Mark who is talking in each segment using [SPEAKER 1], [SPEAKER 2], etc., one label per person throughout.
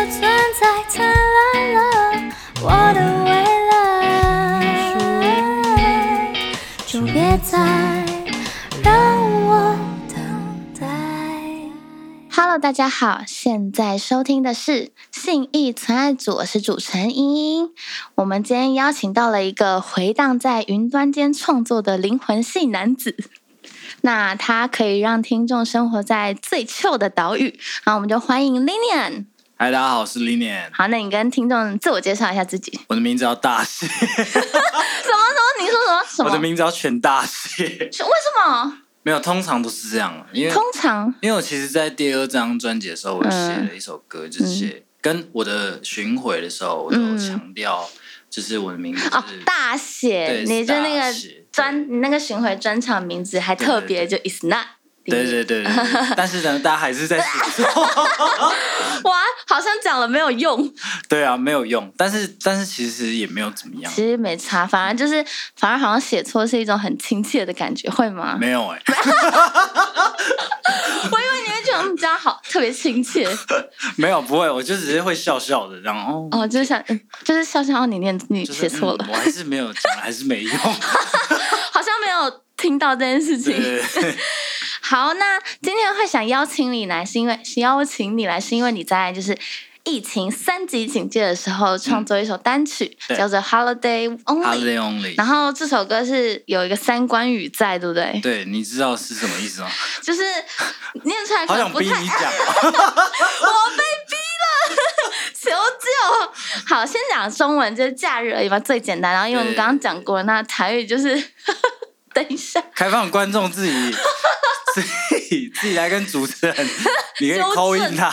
[SPEAKER 1] 再灿烂了，我的未来，就别再让我等待。
[SPEAKER 2] Hello，大家好，现在收听的是信义存爱组，我是主持人茵茵。我们今天邀请到了一个回荡在云端间创作的灵魂系男子，那他可以让听众生活在最 chill 的岛屿。然后我们就欢迎 Linian。
[SPEAKER 3] 嗨，大家好，我是 Linian，
[SPEAKER 2] 好，那你跟听众自我介绍一下自己。
[SPEAKER 3] 我的名字叫大谢，
[SPEAKER 2] 什么什么？你说什么什
[SPEAKER 3] 我的
[SPEAKER 2] 么？
[SPEAKER 3] 名字叫全大谢。
[SPEAKER 2] 是为什么？
[SPEAKER 3] 没有，通常不是这样，啊因为
[SPEAKER 2] 通常
[SPEAKER 3] 因为我其实，在第二张专辑的时候，我写了一首歌，就是写跟我的巡回的时候，我有
[SPEAKER 2] 嗯
[SPEAKER 3] 强调，就是我的名字
[SPEAKER 2] 哦
[SPEAKER 3] 是，
[SPEAKER 2] 大写，
[SPEAKER 3] 对
[SPEAKER 2] 你就那
[SPEAKER 3] 大
[SPEAKER 2] 个
[SPEAKER 3] 写
[SPEAKER 2] 专，你那个巡回专场名字还特别，就
[SPEAKER 3] 对
[SPEAKER 2] Is Not。
[SPEAKER 3] 对对对对，对但是呢，大家还是在 写错，
[SPEAKER 2] 哇，好像讲了没有用，
[SPEAKER 3] 对啊，没有用，但是但是其实也没有怎么样
[SPEAKER 2] 其，实没差，反而就是反而好像写错是一种很亲切的感觉，会吗？
[SPEAKER 3] 没有哎、
[SPEAKER 2] 我以为你会觉得嗯这样好特别亲切，
[SPEAKER 3] 没有不会，我就只是会笑笑的，然后
[SPEAKER 2] 哦，就是想嗯就是笑笑哦你念你
[SPEAKER 3] 就是
[SPEAKER 2] 写错了，
[SPEAKER 3] 嗯我还是没有讲，还是 没用，
[SPEAKER 2] 好像没有听到这件事
[SPEAKER 3] 对
[SPEAKER 2] 情。
[SPEAKER 3] 对 对。
[SPEAKER 2] 好，那今天会想邀请你来，是因为邀请你来，是因为你在就是疫情三级警戒的时候创作一首单曲，
[SPEAKER 3] 对
[SPEAKER 2] 叫做《Holiday Only》。
[SPEAKER 3] Holiday Only。
[SPEAKER 2] 然后这首歌是有一个三观语在，对不对？
[SPEAKER 3] 对，你知道是什么意思吗？
[SPEAKER 2] 就是念出来可
[SPEAKER 3] 好
[SPEAKER 2] 能
[SPEAKER 3] 想
[SPEAKER 2] 不
[SPEAKER 3] 逼
[SPEAKER 2] 太
[SPEAKER 3] 你讲，
[SPEAKER 2] 求救。好，先讲中文，就是假日而已嘛，最简单。然后因为我们
[SPEAKER 3] 对
[SPEAKER 2] 刚刚讲过，那台语就是 等一下，
[SPEAKER 3] 开放观众自己自己自己来跟主持 人，你可以
[SPEAKER 2] 纠正
[SPEAKER 3] call in 他，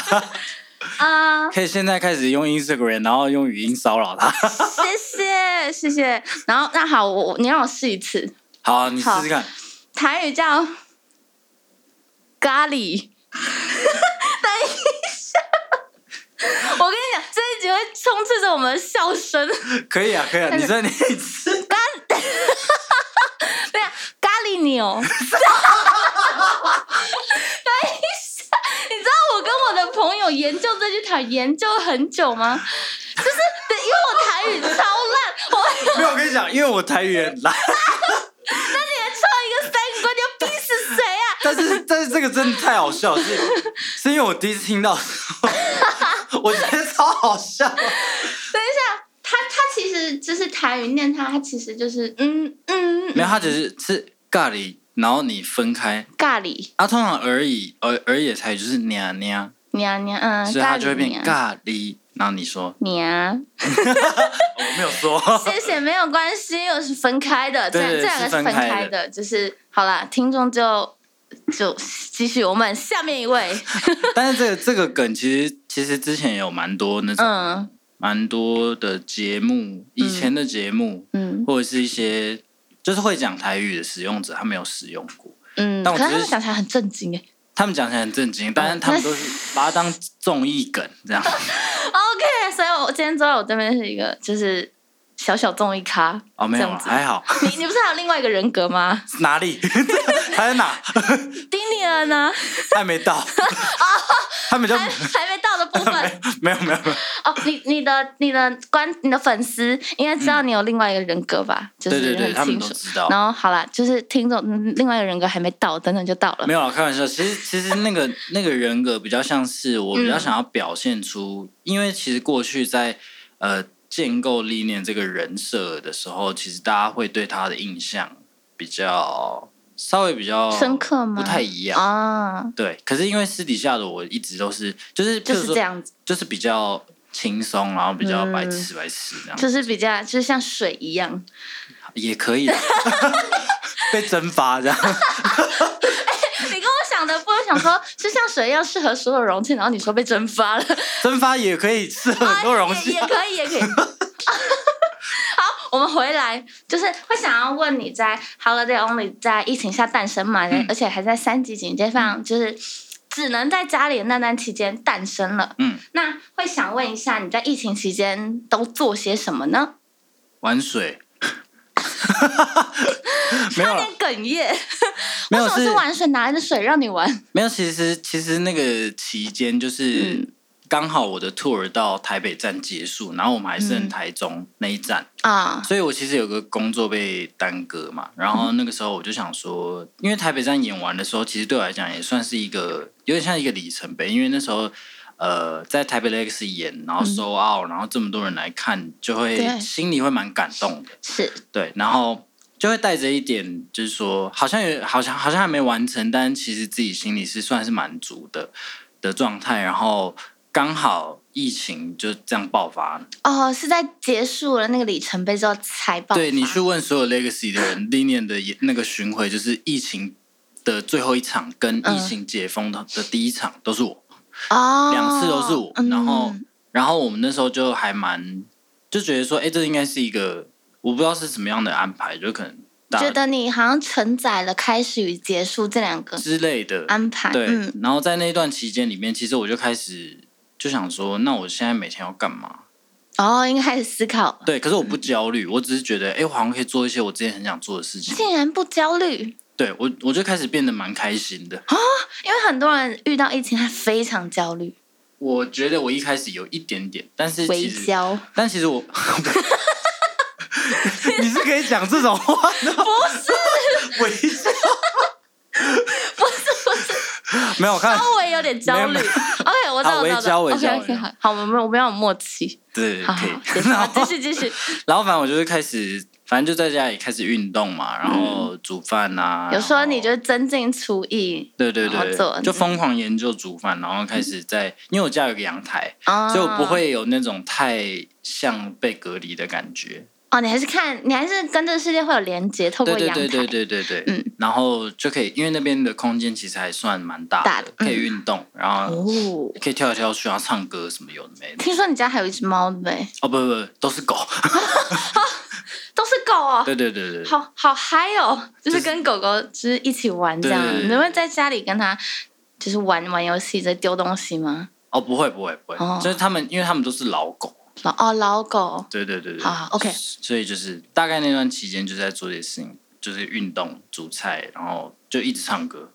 [SPEAKER 2] 啊、
[SPEAKER 3] 可以现在开始用 Instagram，然后用语音骚扰他。
[SPEAKER 2] 谢谢谢谢。然后那好，我我你让我试一次，
[SPEAKER 3] 好啊，你试试看，
[SPEAKER 2] 台语叫咖喱。 等一下，我跟你讲，这一集会充斥着我们的笑声。
[SPEAKER 3] 可以啊，可以啊，
[SPEAKER 2] 但是
[SPEAKER 3] 你再念一次。
[SPEAKER 2] 对啊，咖喱 牛。等一下，你知道我跟我的朋友研究这句台语研究很久吗？就是因为我台语超烂，我
[SPEAKER 3] 没有，我跟你讲，因为我台语很 烂，
[SPEAKER 2] 连唱一个三个关就逼死谁啊？
[SPEAKER 3] 但是但是这个真的太好笑，是是因为我第一次听到的时 候，我觉得超好笑。
[SPEAKER 2] 等一下，他他其实就是台语念他，他其实就是嗯嗯
[SPEAKER 3] 没有，它只是是咖喱，然后你分开，
[SPEAKER 2] 咖喱。
[SPEAKER 3] 啊，通常而已，而而也才就是娘娘，
[SPEAKER 2] 娘娘，嗯，
[SPEAKER 3] 所以它
[SPEAKER 2] 喱
[SPEAKER 3] 就会变
[SPEAKER 2] 娘
[SPEAKER 3] 咖喱。然后你说
[SPEAKER 2] 娘，
[SPEAKER 3] 哦我没有说，
[SPEAKER 2] 谢谢，没有关系，我是分开的，这
[SPEAKER 3] 对
[SPEAKER 2] 这
[SPEAKER 3] 对
[SPEAKER 2] 两个
[SPEAKER 3] 是
[SPEAKER 2] 分
[SPEAKER 3] 分开的
[SPEAKER 2] 开的，就是好啦，听众就就继续，我们下面一 位，
[SPEAKER 3] 但是这个这个梗其实其实之前有蛮多那种
[SPEAKER 2] 嗯
[SPEAKER 3] 蛮多的节目，以前的节目
[SPEAKER 2] 嗯
[SPEAKER 3] 或者是一些就是会讲台语的使用者，他没有使用过，
[SPEAKER 2] 嗯，
[SPEAKER 3] 但
[SPEAKER 2] 可
[SPEAKER 3] 我
[SPEAKER 2] 是
[SPEAKER 3] 只
[SPEAKER 2] 他
[SPEAKER 3] 是
[SPEAKER 2] 们讲起来很震惊哎
[SPEAKER 3] 他们讲起来很震惊，但是他们都是把它当综艺梗这样。
[SPEAKER 2] 嗯，OK，所以我今天坐在我这边是一个就是小小综艺咖，
[SPEAKER 3] 哦，没有
[SPEAKER 2] 这样
[SPEAKER 3] 啊，
[SPEAKER 2] 子
[SPEAKER 3] 还好，
[SPEAKER 2] 你你不是还有另外一个人格 吗？
[SPEAKER 3] 哪里还在哪
[SPEAKER 2] 丁尼尔呢？
[SPEAKER 3] 还没 到，他们就
[SPEAKER 2] 还啊还没到的部分
[SPEAKER 3] 没有没有没有，
[SPEAKER 2] 哦，你你的你的观你的粉丝应该知道你有另外一个人格吧？就是
[SPEAKER 3] 对对对，
[SPEAKER 2] 很
[SPEAKER 3] 他们
[SPEAKER 2] 清
[SPEAKER 3] 都
[SPEAKER 2] 楚
[SPEAKER 3] 知道。
[SPEAKER 2] 然后好啦，就是听众嗯另外一个人格还没到，等等就到 了。
[SPEAKER 3] 没有啦，开玩笑。其实其实那个那个人格比较像是我
[SPEAKER 2] 嗯
[SPEAKER 3] 比较想要表现出，因为其实过去在呃建构历练这个人设的时候，其实大家会对他的印象比较稍微比较
[SPEAKER 2] 深刻吗？
[SPEAKER 3] 不太一样。
[SPEAKER 2] 啊，
[SPEAKER 3] 对，可是因为私底下的我一直都是就是譬
[SPEAKER 2] 就
[SPEAKER 3] 如
[SPEAKER 2] 是
[SPEAKER 3] 说
[SPEAKER 2] 这样子，
[SPEAKER 3] 就是比较轻松，然后比较
[SPEAKER 2] 嗯
[SPEAKER 3] 白痴白痴这样，
[SPEAKER 2] 就是比较就是像水一样。
[SPEAKER 3] 也可以啦 被蒸发这样。
[SPEAKER 2] 你跟我想的不一样，我想说 是像水一样适合所有容器，然后你说被蒸发了，
[SPEAKER 3] 蒸发也可以吃很多容器
[SPEAKER 2] 也也
[SPEAKER 3] 啊。
[SPEAKER 2] 可以，也 可以。好，我们回来就是会想要问你在 Holiday Only 在疫情下诞生嘛，
[SPEAKER 3] 嗯
[SPEAKER 2] 而且还在三级警戒非常就是只能在家里的那段期间诞生了。
[SPEAKER 3] 嗯，
[SPEAKER 2] 那会想问一下，你在疫情期间都做些什么呢？
[SPEAKER 3] 玩水。 没有
[SPEAKER 2] 有
[SPEAKER 3] 啦
[SPEAKER 2] 点，哽咽。
[SPEAKER 3] 没有
[SPEAKER 2] 为什么
[SPEAKER 3] 是
[SPEAKER 2] 是玩水，哪来的水让你玩？
[SPEAKER 3] 没有。其实其实那个期间就是、
[SPEAKER 2] 嗯
[SPEAKER 3] 刚好我的 tour 到台北站结束，然后我们还
[SPEAKER 2] 嗯
[SPEAKER 3] 剩台中那一站，
[SPEAKER 2] 啊，
[SPEAKER 3] 所以我其实有个工作被耽搁嘛，然后那个时候我就想说，因为台北站演完的时候，其实对我来讲也算是一个有点像一个里程碑，因为那时候呃在台北 Lex 演，然后收 out，、然后这么多人来看，就
[SPEAKER 2] 嗯对
[SPEAKER 3] 会心里会蛮感动的，
[SPEAKER 2] 是
[SPEAKER 3] 对，然后就会带着一点就是说，好像有好像好像还没完成，但其实自己心里是算是满足的的状态，然后刚好疫情就这样爆发，
[SPEAKER 2] 哦，是在结束了那个里程碑之后才爆发。
[SPEAKER 3] 对你去问所有 Legacy 的人 l i n e a 的演那个巡回就是疫情的最后一场跟
[SPEAKER 2] 嗯
[SPEAKER 3] 疫情解封的的第一场都是我，
[SPEAKER 2] 哦，
[SPEAKER 3] 两次都是我。
[SPEAKER 2] 嗯
[SPEAKER 3] 然后，然后我们那时候就还蛮就觉得说，哎、这应该是一个我不知道是什么样的安排，就可能大
[SPEAKER 2] 觉得你好像承载了开始与结束这两个
[SPEAKER 3] 之类的。
[SPEAKER 2] 安排。
[SPEAKER 3] 对，
[SPEAKER 2] 嗯，
[SPEAKER 3] 然后在那段期间里面，其实我就开始就想说，那我现在每天要干嘛？
[SPEAKER 2] 哦，应该开始思考了。
[SPEAKER 3] 对，可是我不焦虑，我只是觉得，哎、我好像可以做一些我之前很想做的事情。
[SPEAKER 2] 竟然不焦虑，
[SPEAKER 3] 对我，我就开始变得蛮开心的。
[SPEAKER 2] 啊因为很多人遇到疫情，他非常焦虑，
[SPEAKER 3] 我觉得我一开始有一点点，但是
[SPEAKER 2] 微
[SPEAKER 3] 其实，
[SPEAKER 2] 焦。
[SPEAKER 3] 但其实 我，你是可以讲这种话的，不是 微笑，不是不是， 没有我看，
[SPEAKER 2] 稍微有点焦虑。
[SPEAKER 3] 没有没有
[SPEAKER 2] OK，我知
[SPEAKER 3] 好
[SPEAKER 2] 道，我
[SPEAKER 3] 微
[SPEAKER 2] 知道我知
[SPEAKER 3] 焦
[SPEAKER 2] 道。
[SPEAKER 3] 微
[SPEAKER 2] OK
[SPEAKER 3] 焦
[SPEAKER 2] OK，好，好，我们我们要有默契。
[SPEAKER 3] 对，
[SPEAKER 2] 好好，好，谢
[SPEAKER 3] 可以
[SPEAKER 2] 谢。好继续继续。
[SPEAKER 3] 然后反正我就是开始，反正就在家里开始运动嘛，然后煮饭啊，
[SPEAKER 2] 有时候
[SPEAKER 3] 然后
[SPEAKER 2] 你就增进厨艺，
[SPEAKER 3] 对对
[SPEAKER 2] 好做嗯
[SPEAKER 3] 对，就疯狂研究煮饭，然后开始在，因为我家有个阳台，
[SPEAKER 2] 哦
[SPEAKER 3] 所以我不会有那种太像被隔离的感觉。
[SPEAKER 2] 哦，你还是看，你还是跟这个世界会有连接，透过
[SPEAKER 3] 对
[SPEAKER 2] 阳
[SPEAKER 3] 对
[SPEAKER 2] 台。
[SPEAKER 3] 对对对对对，
[SPEAKER 2] 嗯
[SPEAKER 3] 然后就可以，因为那边的空间其实还算蛮大的，
[SPEAKER 2] 大的嗯
[SPEAKER 3] 可以运动，然后
[SPEAKER 2] 哦，
[SPEAKER 3] 可以跳来跳去，然后唱歌什么有的没的。
[SPEAKER 2] 听说你家还有一只猫对不对？
[SPEAKER 3] 哦，不不不，都是狗。
[SPEAKER 2] 都是狗哦。
[SPEAKER 3] 对对对对对，
[SPEAKER 2] 好好嗨哦！就是
[SPEAKER 3] 就是
[SPEAKER 2] 跟狗狗就是一起玩这样，
[SPEAKER 3] 对对对
[SPEAKER 2] 你会在家里跟它就是玩玩游戏，在丢东西吗？
[SPEAKER 3] 哦，不会不会不
[SPEAKER 2] 哦
[SPEAKER 3] 会，就是他们，因为他们都是老狗。
[SPEAKER 2] 老哦老狗，
[SPEAKER 3] 对对对对。
[SPEAKER 2] 好好 OK
[SPEAKER 3] 所以就是大概那段期间就在做这些事情，就是运动、煮菜，然后就一直唱歌。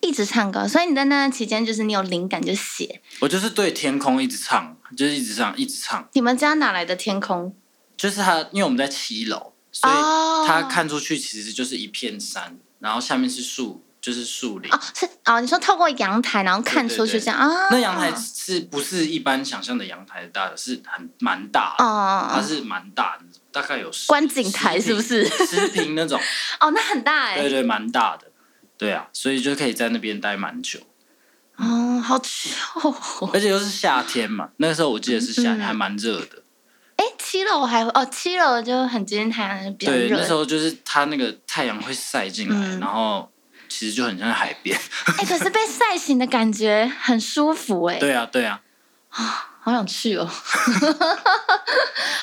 [SPEAKER 2] 一直唱歌，所以你在那段期间就是你有灵感就写。
[SPEAKER 3] 我就是对天空一直唱，就是一直唱，一直唱。
[SPEAKER 2] 你们家哪来的天空？
[SPEAKER 3] 就是它，因为我们在七楼，所以
[SPEAKER 2] 哦
[SPEAKER 3] 它看出去其实就是一片山，然后下面是树，就是树林。
[SPEAKER 2] 哦，是哦，你说透过阳台然后看出去
[SPEAKER 3] 对对对
[SPEAKER 2] 这样啊？
[SPEAKER 3] 那阳台是不是一般想象的阳台大的？是很蛮大的，它
[SPEAKER 2] 哦，
[SPEAKER 3] 是蛮大的那种，大概有十
[SPEAKER 2] 观景台是不是？
[SPEAKER 3] 十平十平 那种，
[SPEAKER 2] 哦，那很大哎、
[SPEAKER 3] 对对，蛮大的。对啊，所以就可以在那边待蛮久，
[SPEAKER 2] 哦，好臭 哦！
[SPEAKER 3] 而且又是夏天嘛。那个时候我记得是夏
[SPEAKER 2] 嗯
[SPEAKER 3] 天，还蛮热的。
[SPEAKER 2] 哎，七楼还哦，七楼就很接近太阳，比较
[SPEAKER 3] 对，那时
[SPEAKER 2] 热。
[SPEAKER 3] 候就是它那个太阳会晒进来，
[SPEAKER 2] 嗯
[SPEAKER 3] 然后其实就很像海边。
[SPEAKER 2] 哎，可是被晒醒的感觉很舒服哎、
[SPEAKER 3] 对啊，对啊，
[SPEAKER 2] 好想去哦。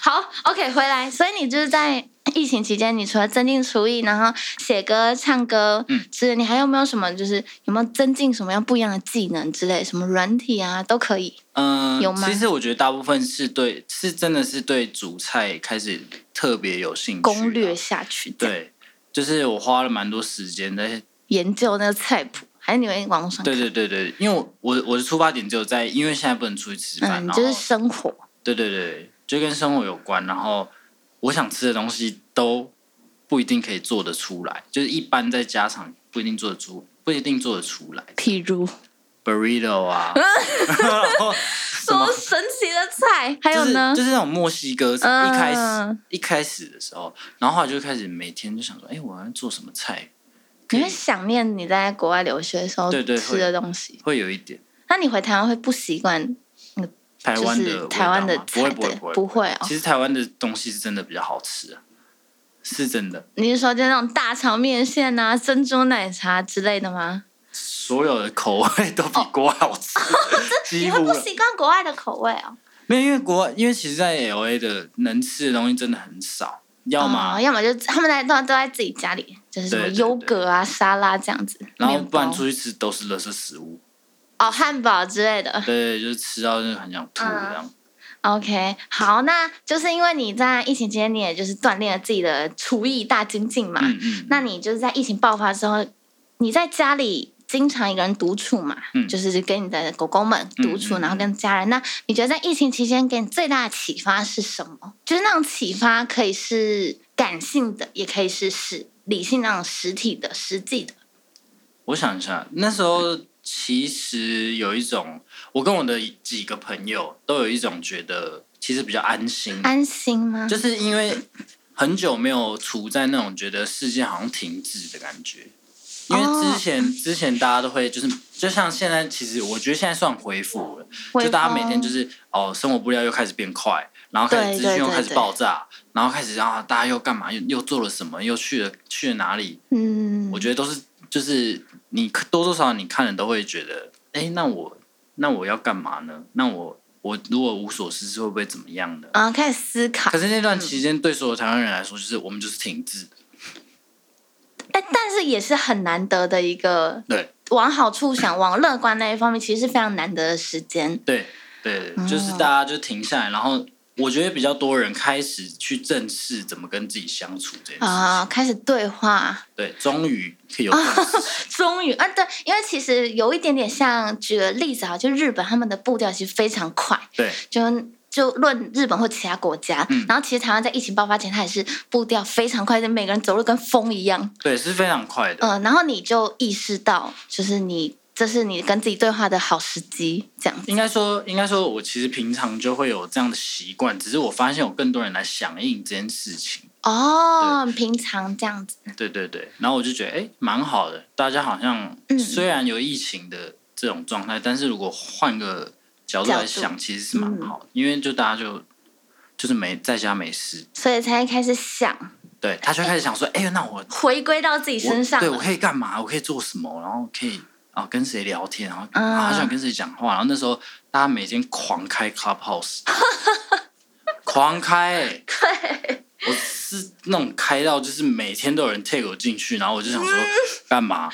[SPEAKER 2] 好，OK，回来。所以你就是在疫情期间，你除了增进厨艺，然后写歌、唱歌，
[SPEAKER 3] 嗯
[SPEAKER 2] 之类，你还有没有什么就是有没有增进什么样不一样的技能之类，什么软体啊都可以。
[SPEAKER 3] 嗯、
[SPEAKER 2] 有吗
[SPEAKER 3] 其实我觉得大部分是对，是真的是对煮菜开始特别有兴趣、
[SPEAKER 2] 攻略。下去，，
[SPEAKER 3] 对，就是我花了蛮多时间在，
[SPEAKER 2] 研究那个菜谱，还是你们网络上看？
[SPEAKER 3] 对对对对，因为我我我的出发点只有在，因为现在不能出去吃饭，
[SPEAKER 2] 嗯，
[SPEAKER 3] 然
[SPEAKER 2] 就是
[SPEAKER 3] 后
[SPEAKER 2] 生活，
[SPEAKER 3] 对对对，就跟生活有关，然后我想吃的东西都不一定可以做得出来，就是一般在家常不一定做得出，不一定做得出来
[SPEAKER 2] 譬如
[SPEAKER 3] ，burrito 啊，然后什
[SPEAKER 2] 什
[SPEAKER 3] 么
[SPEAKER 2] 么神奇的菜，还有
[SPEAKER 3] 就是
[SPEAKER 2] 呢？
[SPEAKER 3] 就是那种墨西哥菜，
[SPEAKER 2] 嗯
[SPEAKER 3] 一开始一开始的时候，然后后来就开始每天就想说，哎、我要做什么菜，可
[SPEAKER 2] 你
[SPEAKER 3] 以
[SPEAKER 2] 会想念你在国外留学的时候
[SPEAKER 3] 对对
[SPEAKER 2] 吃的东西，
[SPEAKER 3] 会有一点
[SPEAKER 2] 那你回台湾会不习惯，
[SPEAKER 3] 台
[SPEAKER 2] 就
[SPEAKER 3] 湾的味道
[SPEAKER 2] 是
[SPEAKER 3] 吗
[SPEAKER 2] 台湾的
[SPEAKER 3] 不会
[SPEAKER 2] 菜
[SPEAKER 3] 不会
[SPEAKER 2] 对
[SPEAKER 3] 不会
[SPEAKER 2] 不会哦。
[SPEAKER 3] 其实台湾的东西是真的比较好吃、啊，是真的，
[SPEAKER 2] 你是说就那种大肠面线啊、珍珠奶茶之类的吗？
[SPEAKER 3] 所有的口味都比国外好 吃，
[SPEAKER 2] 哦你
[SPEAKER 3] 几
[SPEAKER 2] 会
[SPEAKER 3] 乎
[SPEAKER 2] 不
[SPEAKER 3] 了
[SPEAKER 2] 习惯国外的口味哦？
[SPEAKER 3] 没有，因为国外，因为其实，在 L A 的能吃的东西真的很少，要么、
[SPEAKER 2] 哦要么就是他们在都都在自己家里，就是什么
[SPEAKER 3] 对对对
[SPEAKER 2] 优格啊、沙拉这样子，
[SPEAKER 3] 然后
[SPEAKER 2] 面包
[SPEAKER 3] 不然出去吃都是垃圾食物，
[SPEAKER 2] 哦汉堡之类的。
[SPEAKER 3] 对，就是吃到就是很想
[SPEAKER 2] 嗯
[SPEAKER 3] 吐这样。
[SPEAKER 2] OK，好，那就是因为你在疫情期间，你也就是锻炼了自己的厨艺大精进嘛。
[SPEAKER 3] 嗯嗯，
[SPEAKER 2] 那你就是在疫情爆发之后，你在家里经常一个人独处嘛，
[SPEAKER 3] 嗯
[SPEAKER 2] 就是跟你的狗狗们独处，
[SPEAKER 3] 嗯嗯
[SPEAKER 2] 然后跟家人。那你觉得在疫情期间给你最大的启发是什么？就是那种启发可以是感性的，也可以是实理性那种实体的、实际的。
[SPEAKER 3] 我想一下，那时候其实有一种，我跟我的几个朋友都有一种觉得，其实比较安心，
[SPEAKER 2] 安心 吗？
[SPEAKER 3] 就是因为很久没有处在那种觉得世界好像停滞的感觉。因为之前、
[SPEAKER 2] 哦
[SPEAKER 3] 之前大家都会就是，就像现在，其实我觉得现在算恢复了，
[SPEAKER 2] 微
[SPEAKER 3] 就大家每天
[SPEAKER 2] 风
[SPEAKER 3] 就是哦，生活步调又开始变快，然后开
[SPEAKER 2] 对
[SPEAKER 3] 始资讯又
[SPEAKER 2] 对
[SPEAKER 3] 开始
[SPEAKER 2] 对
[SPEAKER 3] 爆炸，然后开始啊，大家又干嘛，又又做了什么，又去了去了哪里？
[SPEAKER 2] 嗯，
[SPEAKER 3] 我觉得都是就是你多多少少你看了都会觉得，哎、那我那我要干嘛呢？那我我如果无所事事会不会怎么样呢？
[SPEAKER 2] 啊，开始思考
[SPEAKER 3] 可。是那段期间对所有台湾人来说，就是我们就是停滞，
[SPEAKER 2] 但但是也是很难得的一个，
[SPEAKER 3] 对
[SPEAKER 2] 往好处想，往乐观那一方面，其实是非常难得的时间。
[SPEAKER 3] 对对，
[SPEAKER 2] 哦
[SPEAKER 3] 就是大家就停下来，然后我觉得比较多人开始去正视怎么跟自己相处这件事，
[SPEAKER 2] 啊，开始对话，
[SPEAKER 3] 对，终于可以有这 种事情，
[SPEAKER 2] 终于啊，对，因为其实有一点点像，举个例子啊，就日本他们的步调其实非常快，
[SPEAKER 3] 对
[SPEAKER 2] 就就论日本或其他国家，
[SPEAKER 3] 嗯
[SPEAKER 2] 然后其实台湾在疫情爆发前，它也是步调非常快，就每个人走路跟风一样，
[SPEAKER 3] 对，是非常快的，
[SPEAKER 2] 嗯、然后你就意识到，就是你这是你跟自己对话的好时机，这样子，
[SPEAKER 3] 应该说，应该说，我其实平常就会有这样的习惯，只是我发现有更多人来响应这件事情。
[SPEAKER 2] 哦，平常这样子。
[SPEAKER 3] 对对对，然后我就觉得，哎、蛮好的。大家好像
[SPEAKER 2] 嗯
[SPEAKER 3] 虽然有疫情的这种状态，但是如果换个角度来
[SPEAKER 2] 角
[SPEAKER 3] 想，其实是蛮好的，因为就大家就就是没在家没事，
[SPEAKER 2] 所以才开始想
[SPEAKER 3] 对他就开始想说，哎、那我
[SPEAKER 2] 回归到自己身
[SPEAKER 3] 我
[SPEAKER 2] 上
[SPEAKER 3] 对我
[SPEAKER 2] 了。
[SPEAKER 3] 可以干嘛？我可以做什么？然后可以啊跟谁聊天？然后
[SPEAKER 2] 嗯
[SPEAKER 3] 啊想跟谁讲话？然后那时候大家每天狂开 Clubhouse，狂开、 欸，我是那种开到就是每天都有人 take 我进去，然后我就想说
[SPEAKER 2] 嗯
[SPEAKER 3] 干嘛？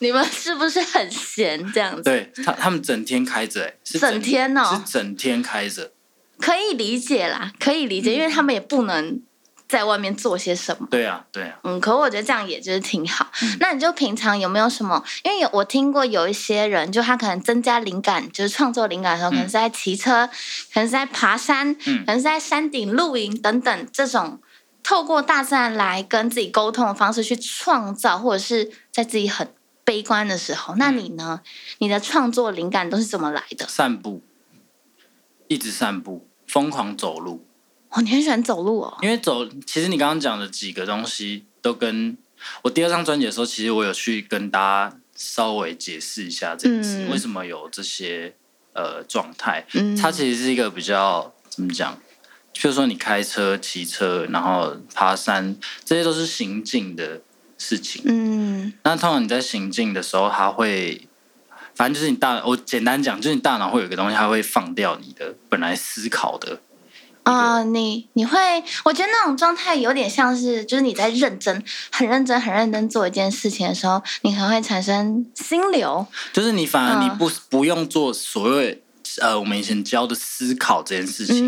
[SPEAKER 2] 你们是不是很闲这样子？
[SPEAKER 3] 对他他们整天开着、欸，是
[SPEAKER 2] 整天哦
[SPEAKER 3] 是整天开着。
[SPEAKER 2] 可以理解啦，可以理解，因为他们也不能在外面做些什么。
[SPEAKER 3] 对啊，对啊，
[SPEAKER 2] 嗯，可我觉得这样也就是挺好。那你就平常有没有什么？因为有我听过有一些人，就他可能增加灵感，就是创作灵感的时候，可能是在骑车，可能是在爬山，
[SPEAKER 3] 嗯
[SPEAKER 2] 可能是在山顶露营等等这种。透过大自然来跟自己沟通的方式去创造，或者是在自己很悲观的时候，那你呢？你的创作灵感都是怎么来的？
[SPEAKER 3] 散步，一直散步，疯狂走路。
[SPEAKER 2] 哦，你很喜欢走路哦。
[SPEAKER 3] 因为走，其实你刚刚讲的几个东西都跟我第二张专辑的时候，其实我有去跟大家稍微解释一下这件事，
[SPEAKER 2] 嗯
[SPEAKER 3] 为什么有这些呃状态。
[SPEAKER 2] 嗯，
[SPEAKER 3] 它其实是一个比较怎么讲，就是说你开车、骑车，然后爬山，这些都是行进的事情。
[SPEAKER 2] 嗯
[SPEAKER 3] 那通常你在行进的时候，它会，反正就是你大，我简单讲，就是你大脑会有一个东西，它会放掉你的本来思考的
[SPEAKER 2] 啊、你你会，我觉得那种状态有点像是，就是你在认真、很认真、很认真做一件事情的时候，你可能会产生心流。
[SPEAKER 3] 就是你反而你
[SPEAKER 2] 嗯
[SPEAKER 3] 不、不用做所谓呃我们以前教的思考这件事情，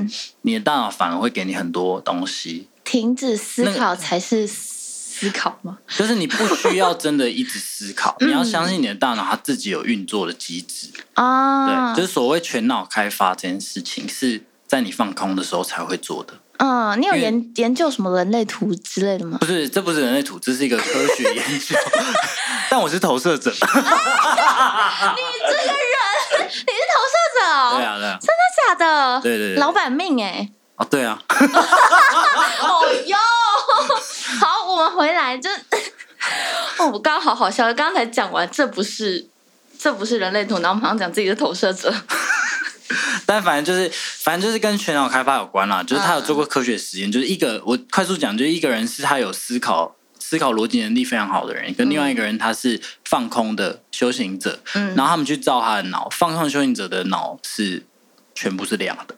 [SPEAKER 2] 嗯，
[SPEAKER 3] 你的大脑反而会给你很多东西，
[SPEAKER 2] 停止思
[SPEAKER 3] 那个
[SPEAKER 2] 考才是思考吗？
[SPEAKER 3] 就是你不需要真的一直思考，
[SPEAKER 2] 嗯
[SPEAKER 3] 你要相信你的大脑它自己有运作的机制，
[SPEAKER 2] 啊、
[SPEAKER 3] 对，就是所谓全脑开发这件事情是在你放空的时候才会做的，
[SPEAKER 2] 嗯，你有
[SPEAKER 3] 因为嗯
[SPEAKER 2] 研研究什么人类图之类的吗
[SPEAKER 3] 不？是这不是人类图，这是一个科学研 究，但我是投射者，
[SPEAKER 2] 你这个人，你是投射者、哦
[SPEAKER 3] 对啊对啊，
[SPEAKER 2] 真的假的？
[SPEAKER 3] 对对对
[SPEAKER 2] 老板命哎、
[SPEAKER 3] 哦对啊，
[SPEAKER 2] 哦哟，好，我们回来就， 哦，我刚刚好好笑，刚才讲完，这不是这不是人类图，然后马上讲自己的投射者，
[SPEAKER 3] 但反正就是，反正就是跟全脑开发有关啦。就是
[SPEAKER 2] 嗯
[SPEAKER 3] 他有做过科学实验，就是一个我快速讲，就是一个人是他有思考思考逻辑能力非常好的人，跟另外一个人他是放空的修行者。
[SPEAKER 2] 嗯
[SPEAKER 3] 然后他们去照他的脑，放空修行者的脑是全部是亮的。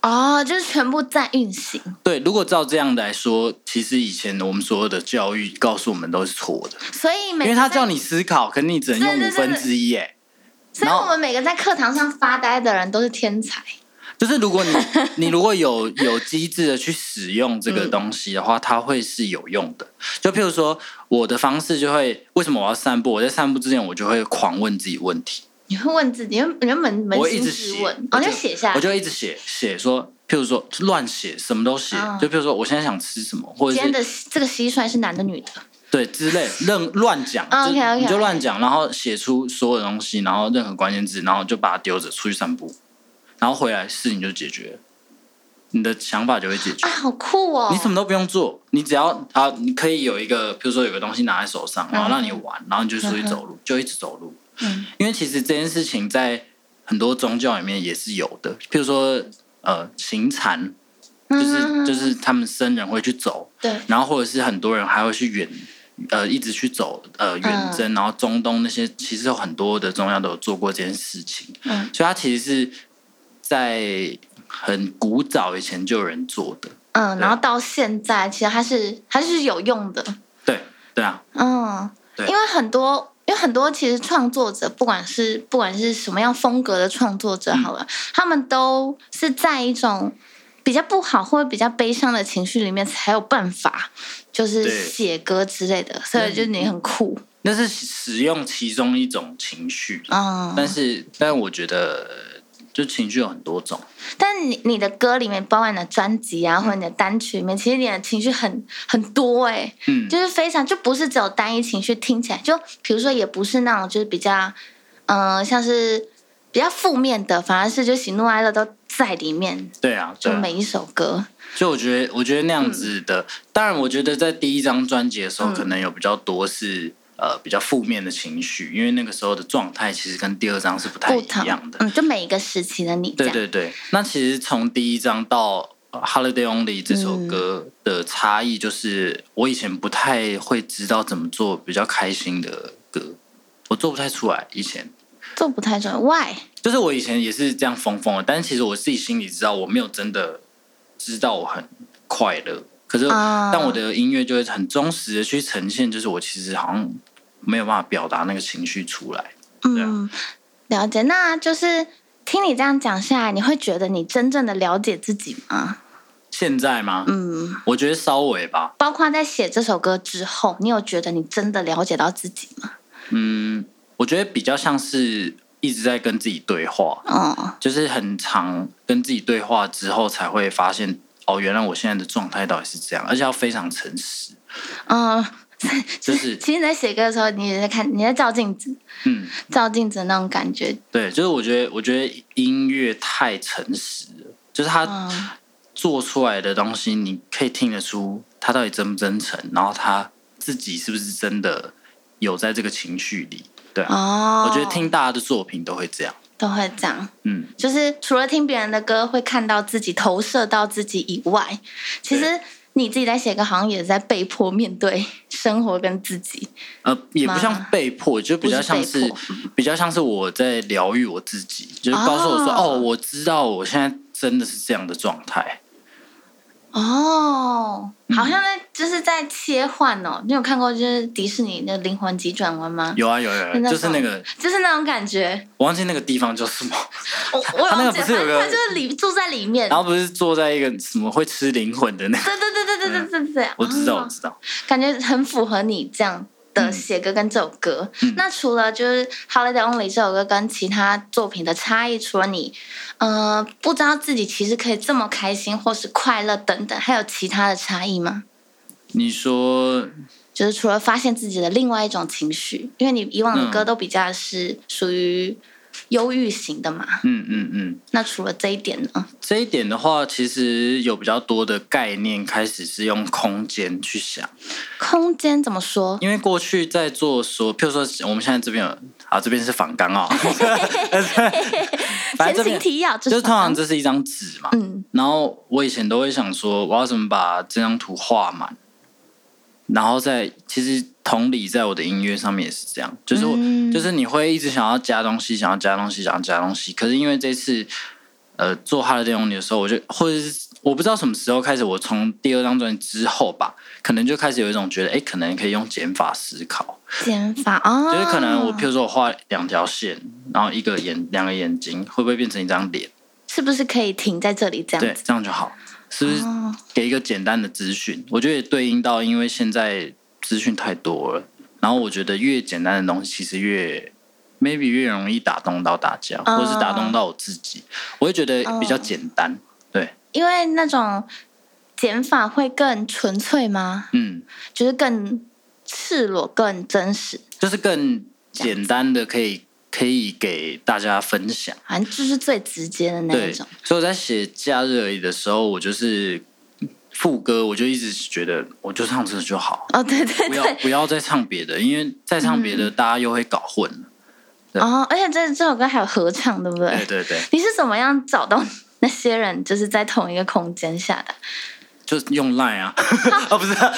[SPEAKER 2] 哦，就是全部在运行，
[SPEAKER 3] 对，如果照这样来说，其实以前我们所有的教育告诉我们都是错的，
[SPEAKER 2] 所以每
[SPEAKER 3] 因为他叫
[SPEAKER 2] 你，
[SPEAKER 3] 你思考，可你只能用
[SPEAKER 2] 对
[SPEAKER 3] 五
[SPEAKER 2] 对对
[SPEAKER 3] 分之一。哎，
[SPEAKER 2] 所以
[SPEAKER 3] 然后
[SPEAKER 2] 我们每个在课堂上发呆的人都是天才，
[SPEAKER 3] 就是 如果你你如果有有机制的去使用这个
[SPEAKER 2] 嗯
[SPEAKER 3] 东西的话，它会是有用的。就譬如说，我的方式就会，为什么我要散步？我在散步之前，我就会狂问自己问题，
[SPEAKER 2] 你会问自己，你会你会扪
[SPEAKER 3] 我
[SPEAKER 2] 扪
[SPEAKER 3] 一
[SPEAKER 2] 心
[SPEAKER 3] 直
[SPEAKER 2] 自
[SPEAKER 3] 写
[SPEAKER 2] 问，
[SPEAKER 3] 我
[SPEAKER 2] 哦，你就写下
[SPEAKER 3] 我
[SPEAKER 2] 来。
[SPEAKER 3] 就一直写写说，譬如说乱写，什么都写。
[SPEAKER 2] 嗯
[SPEAKER 3] 就譬如说，我现在想吃什么，或
[SPEAKER 2] 今
[SPEAKER 3] 者
[SPEAKER 2] 天
[SPEAKER 3] 是
[SPEAKER 2] 的这个蟋蟀是男的女的？
[SPEAKER 3] 对之类任乱讲，
[SPEAKER 2] 啊
[SPEAKER 3] 就
[SPEAKER 2] OK，OK，OK
[SPEAKER 3] 你就乱讲，然后写出所有东西，然后任何关键字，然后就把它丢着出去散步，然后回来事情就解决了，你的想法就会解决
[SPEAKER 2] 啊，。好酷哦！
[SPEAKER 3] 你什么都不用做，你只要啊，你可以有一个，比如说有个东西拿在手上，然后让你玩，然后你就出去走路，就一直走路。
[SPEAKER 2] 嗯，
[SPEAKER 3] 因为其实这件事情在很多宗教里面也是有的，譬如说呃行禅，就是就是他们僧人会去走，
[SPEAKER 2] 嗯对，
[SPEAKER 3] 然后或者是很多人还会去远呃一直去走呃远
[SPEAKER 2] 嗯
[SPEAKER 3] 征，然后中东那些其实有很多的宗教都有做过这件事情，
[SPEAKER 2] 嗯
[SPEAKER 3] 所以它其实是在很古早以前就有人做的，
[SPEAKER 2] 嗯，
[SPEAKER 3] 对
[SPEAKER 2] 然后到现在，其实它是它是有用的，
[SPEAKER 3] 对对啊，
[SPEAKER 2] 嗯，
[SPEAKER 3] 对
[SPEAKER 2] 因为很多。因为很多其实创作者，不管是不管是什么样风格的创作者，
[SPEAKER 3] 嗯
[SPEAKER 2] 好了，他们都是在一种比较不好或者比较悲伤的情绪里面才有办法，就是
[SPEAKER 3] 对
[SPEAKER 2] 写歌之类的，所以就是你很酷，
[SPEAKER 3] 那是使用其中一种情绪，
[SPEAKER 2] 嗯。
[SPEAKER 3] 但是但我觉得就情绪有很多种。
[SPEAKER 2] 但你你的歌里面，包括你的专辑啊，或者你的单曲里面，其实你的情绪很很多哎、
[SPEAKER 3] 嗯，
[SPEAKER 2] 就是非常就不是只有单一情绪，听起来就比如说也不是那种就是比较嗯、呃像是比较负面的，反而是就喜怒哀乐都在里面，
[SPEAKER 3] 对啊，对
[SPEAKER 2] 就
[SPEAKER 3] 啊
[SPEAKER 2] 每一首歌，
[SPEAKER 3] 所以我觉得，我觉得那样子的，当然，我觉得在第一张专辑的时候，
[SPEAKER 2] 嗯
[SPEAKER 3] 可能有比较多是、呃比较负面的情绪，因为那个时候的状态其实跟第二张是不太
[SPEAKER 2] 不
[SPEAKER 3] 一
[SPEAKER 2] 同
[SPEAKER 3] 样的。
[SPEAKER 2] 嗯，就每一个时期的你这
[SPEAKER 3] 对
[SPEAKER 2] 样，
[SPEAKER 3] 对对，那其实从第一张到呃《Holiday Only》这首
[SPEAKER 2] 嗯
[SPEAKER 3] 歌的差异，就是我以前不太会知道怎么做比较开心的歌，我做不太出来。以前
[SPEAKER 2] 做不太出来，why？
[SPEAKER 3] 就是我以前也是这样疯疯的，但是其实我自己心里知道，我没有真的知道我很快乐。可是，
[SPEAKER 2] 啊
[SPEAKER 3] 但我的音乐就会很忠实的去呈现，就是我其实好像没有办法表达那个情绪出来。对啊
[SPEAKER 2] 嗯，了解，那就是听你这样讲下来，你会觉得你真正的了解自己吗？
[SPEAKER 3] 现在吗？
[SPEAKER 2] 嗯。
[SPEAKER 3] 我觉得稍微吧，
[SPEAKER 2] 包括在写这首歌之后，你有觉得你真的了解到自己吗？
[SPEAKER 3] 嗯，我觉得比较像是一直在跟自己对话，
[SPEAKER 2] 哦，
[SPEAKER 3] 就是很常跟自己对话之后才会发现，哦，原来我现在的状态到底是这样，而且要非常诚实，
[SPEAKER 2] 嗯，
[SPEAKER 3] 就是
[SPEAKER 2] 其实你在写歌的时候，你也在看，你在照镜子，
[SPEAKER 3] 嗯。
[SPEAKER 2] 照镜子的那种感觉，
[SPEAKER 3] 对，就是我觉得，我觉得音乐太诚实了，就是他
[SPEAKER 2] 嗯，
[SPEAKER 3] 做出来的东西，你可以听得出他到底真不真诚，然后他自己是不是真的有在这个情绪里。对啊、
[SPEAKER 2] 哦，
[SPEAKER 3] 我觉得听大家的作品都会这样。
[SPEAKER 2] 都会这样，
[SPEAKER 3] 嗯，
[SPEAKER 2] 就是除了听别人的歌会看到自己投射到自己以外，其实
[SPEAKER 3] 对
[SPEAKER 2] 你自己在写歌，好像也在被迫面对生活跟自己，
[SPEAKER 3] 呃，也不像
[SPEAKER 2] 妈
[SPEAKER 3] 被迫，就比较像
[SPEAKER 2] 不
[SPEAKER 3] 是
[SPEAKER 2] 是被迫
[SPEAKER 3] 比较像是我在疗愈我自己，就是告诉我说，
[SPEAKER 2] 哦
[SPEAKER 3] 哦，我知道我现在真的是这样的状态。
[SPEAKER 2] 哦，
[SPEAKER 3] 嗯
[SPEAKER 2] 好像在就是在切换哦。你有看过就是迪士尼的《灵魂急转弯》吗？
[SPEAKER 3] 有啊有啊有
[SPEAKER 2] 真的
[SPEAKER 3] 啊，就是那个，
[SPEAKER 2] 就是那种感觉，
[SPEAKER 3] 我忘记那个地方叫 什么。
[SPEAKER 2] 我我也
[SPEAKER 3] 他那
[SPEAKER 2] 忘
[SPEAKER 3] 个
[SPEAKER 2] 记了，
[SPEAKER 3] 不是有
[SPEAKER 2] 反
[SPEAKER 3] 个
[SPEAKER 2] 正他就是里住在里面
[SPEAKER 3] 然。后不是坐在一个什么会吃灵魂的那个，
[SPEAKER 2] 对对对对对对对对对，
[SPEAKER 3] 我知道，
[SPEAKER 2] 哦
[SPEAKER 3] 我知道。
[SPEAKER 2] 感觉很符合你这样的
[SPEAKER 3] 嗯
[SPEAKER 2] 写歌跟这首歌。
[SPEAKER 3] 嗯
[SPEAKER 2] 那除了就是《Holiday Only》这首歌跟其他作品的差异，除了你呃不知道自己其实可以这么开心或是快乐等等，还有其他的差异吗？
[SPEAKER 3] 你说，
[SPEAKER 2] 就是除了发现自己的另外一种情绪，因为你以往的歌
[SPEAKER 3] 嗯
[SPEAKER 2] 都比较是属于忧郁型的嘛。
[SPEAKER 3] 嗯嗯嗯，
[SPEAKER 2] 那除了这一点呢？
[SPEAKER 3] 这一点的话，其实有比较多的概念开始是用空间去想，
[SPEAKER 2] 空间怎么说？
[SPEAKER 3] 因为过去在做说，譬如说我们现在这边有啊，这边是仿 钢哦，反
[SPEAKER 2] 前
[SPEAKER 3] 正这
[SPEAKER 2] 情
[SPEAKER 3] 边
[SPEAKER 2] 提要，就
[SPEAKER 3] 就是通常
[SPEAKER 2] 这
[SPEAKER 3] 这是一张纸嘛，
[SPEAKER 2] 嗯
[SPEAKER 3] 然后我以前都会想说，我要怎么把这张图画满，然后再其实同理，在我的音乐上面也是这样，就是我、
[SPEAKER 2] 嗯
[SPEAKER 3] 就是你会一直想要加东西，想要加东西，想要加东西，可是因为这次呃做《哈雷电用你》的时候，我就或者是我不知道什么时候开始，我从第二张专辑之后吧，可能就开始有一种觉得，哎，可能可以用减法思考，
[SPEAKER 2] 减法啊，
[SPEAKER 3] 就是可能我譬如说我画两条线，然后一个眼两个眼睛，会不会变成一张脸？
[SPEAKER 2] 是不是可以停在这里这
[SPEAKER 3] 对
[SPEAKER 2] 样子？，
[SPEAKER 3] 这样就好，是不是
[SPEAKER 2] 哦，
[SPEAKER 3] 给一个简单的资讯？我觉得也对应到，因为现在资讯太多了，然后我觉得越简单的东西，其实越 maybe 越容易打动到大家，
[SPEAKER 2] 嗯
[SPEAKER 3] 或者是打动到我自己，我会觉得
[SPEAKER 2] 哦
[SPEAKER 3] 比较简单。
[SPEAKER 2] 因为那种减法会更纯粹吗？
[SPEAKER 3] 嗯，
[SPEAKER 2] 就是更赤裸、更真实，
[SPEAKER 3] 就是更简单的可以可以给大家分享。
[SPEAKER 2] 反正就是最直接的那
[SPEAKER 3] 对，
[SPEAKER 2] 一种。
[SPEAKER 3] 所以我在写假日而已的时候，我就是副歌，我就一直觉得我就唱这就好，
[SPEAKER 2] 哦，对对
[SPEAKER 3] 不要
[SPEAKER 2] 对，嗯
[SPEAKER 3] 不要再唱别的，因为再唱别的大家又会搞混了。对
[SPEAKER 2] 哦，而且这这首歌还有合唱，对不对？
[SPEAKER 3] 对对对，
[SPEAKER 2] 你是怎么样找到那些人，就是在同一个空间下的？
[SPEAKER 3] 就是用 Line 啊，啊 不是啊、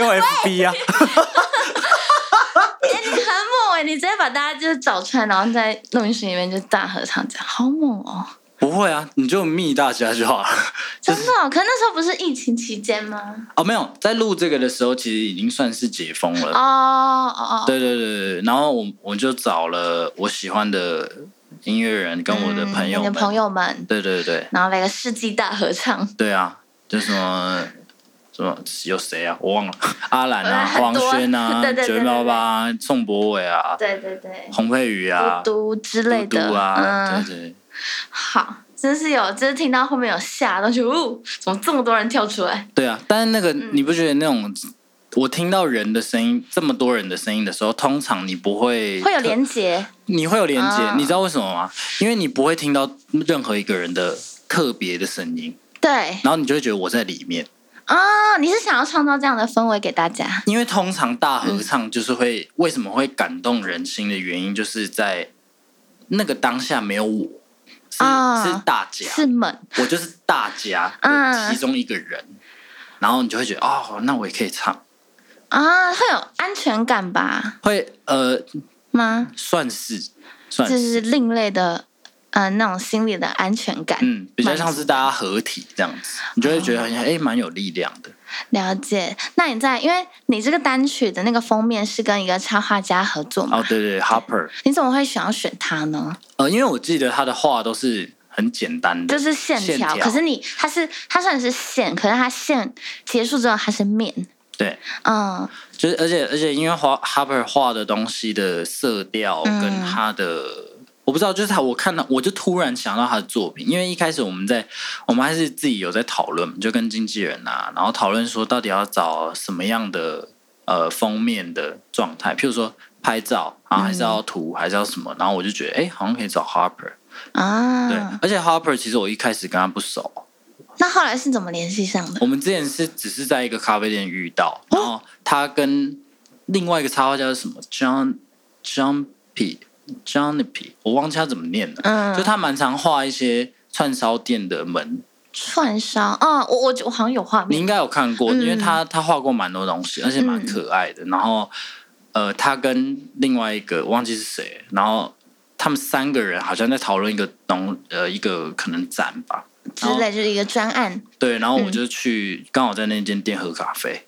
[SPEAKER 3] 用 FB 啊，
[SPEAKER 2] 哎、你很猛哎、你直接把大家就是找出来，然后在录音室里面就大合唱，这样好猛哦！
[SPEAKER 3] 不会啊，你就密大家就好了。
[SPEAKER 2] 真的哦、可是那时候不是疫情期间吗？
[SPEAKER 3] 哦，没有，在录这个的时候，其实已经算是解封
[SPEAKER 2] 哦
[SPEAKER 3] 了。
[SPEAKER 2] 哦哦，
[SPEAKER 3] 对对对对，对然后我我就找了我喜欢的音乐人跟我的朋
[SPEAKER 2] 嗯
[SPEAKER 3] 友
[SPEAKER 2] 你的
[SPEAKER 3] 们，
[SPEAKER 2] 朋友们，
[SPEAKER 3] 对对对，
[SPEAKER 2] 然后来个世纪大合唱，
[SPEAKER 3] 对啊，就什么什么有谁啊，我忘了，阿兰啊、
[SPEAKER 2] 很
[SPEAKER 3] 黄
[SPEAKER 2] 多
[SPEAKER 3] 轩啊
[SPEAKER 2] 对、对
[SPEAKER 3] 九
[SPEAKER 2] 对
[SPEAKER 3] 零八八啊、宋博伟啊、
[SPEAKER 2] 对对对，
[SPEAKER 3] 洪佩瑜啊、嘟
[SPEAKER 2] 嘟嘟之类的，
[SPEAKER 3] 嘟啊，
[SPEAKER 2] 嗯，
[SPEAKER 3] 对对。
[SPEAKER 2] 好。真是有，就是听到后面有吓到，就哦，怎么这么多人跳出 来？
[SPEAKER 3] 对啊，但是那
[SPEAKER 2] 嗯
[SPEAKER 3] 个、你不觉得那种我听到人的声音，这么多人的声音的时候，通常你不会
[SPEAKER 2] 会有
[SPEAKER 3] 特
[SPEAKER 2] 连 结，
[SPEAKER 3] 你会有连接，
[SPEAKER 2] 啊
[SPEAKER 3] 你知道为什么吗？因为你不会听到任何一个人的特别的声音，
[SPEAKER 2] 对
[SPEAKER 3] 然后你就会觉得我在里面。
[SPEAKER 2] 啊、你是想要创造这样的氛围给大家？
[SPEAKER 3] 因为通常大合唱就是会、为什么会感动人心的原因，就是在那个当下没有我，是、
[SPEAKER 2] 啊
[SPEAKER 3] 是大家，
[SPEAKER 2] 是猛，
[SPEAKER 3] 我就是大家
[SPEAKER 2] 嗯
[SPEAKER 3] 的其中一个人，然后你就会觉得哦，那我也可以唱，
[SPEAKER 2] 啊，会有安全感吧？
[SPEAKER 3] 会呃
[SPEAKER 2] 吗？
[SPEAKER 3] 算是算
[SPEAKER 2] 就是是另类的，呃，那种心理的安全感。
[SPEAKER 3] 嗯，比较像是大家合体这样子，你就会
[SPEAKER 2] 哦
[SPEAKER 3] 觉得好像哎蛮、有力量的，
[SPEAKER 2] 了解。那你在，因为你这个单曲的那个封面是跟一个插画家合作嘛？
[SPEAKER 3] 哦对对 Hopper，
[SPEAKER 2] 你怎么会想要选他呢？
[SPEAKER 3] 呃因为我记得他的画都是很简单的，
[SPEAKER 2] 就是线条，
[SPEAKER 3] 线条
[SPEAKER 2] 可是你它是它虽然是线，可是它线结束之后它是面，
[SPEAKER 3] 对，
[SPEAKER 2] 嗯
[SPEAKER 3] 就是而且而且因为画 Harper 画的东西的色调
[SPEAKER 2] 嗯
[SPEAKER 3] 跟他的。我不知道，就是他，我看到我就突然想到他的作品，因为一开始我们在我们还是自己有在讨论，就跟经纪人啊，然后讨论说到底要找什么样的呃封面的状态，譬如说拍照啊，还是要图，还是要什么，然后我就觉得哎、诶好像可以找 Harper，对，
[SPEAKER 2] 啊，
[SPEAKER 3] 而且 Harper 其实我一开始跟他不熟，
[SPEAKER 2] 那后来是怎么联系上的？
[SPEAKER 3] 我们之前是只是在一个咖啡店遇到，然后他跟另外一个插画家是什么 John Jumpy Johnny P，我忘记他怎么念了。
[SPEAKER 2] 嗯，
[SPEAKER 3] 就他蛮常画一些串烧店的门，
[SPEAKER 2] 串烧，嗯，我我我好像有画
[SPEAKER 3] 你
[SPEAKER 2] 面，
[SPEAKER 3] 应该有看过，
[SPEAKER 2] 嗯
[SPEAKER 3] 因为他他画过蛮多东西，而且蛮可爱的。然后呃，他跟另外一个我忘记是谁，然后他们三个人好像在讨论一个东呃一个可能展吧，
[SPEAKER 2] 之类就是一个专案，
[SPEAKER 3] 对，然后我
[SPEAKER 2] 嗯
[SPEAKER 3] 就去刚、好在那间店喝咖啡，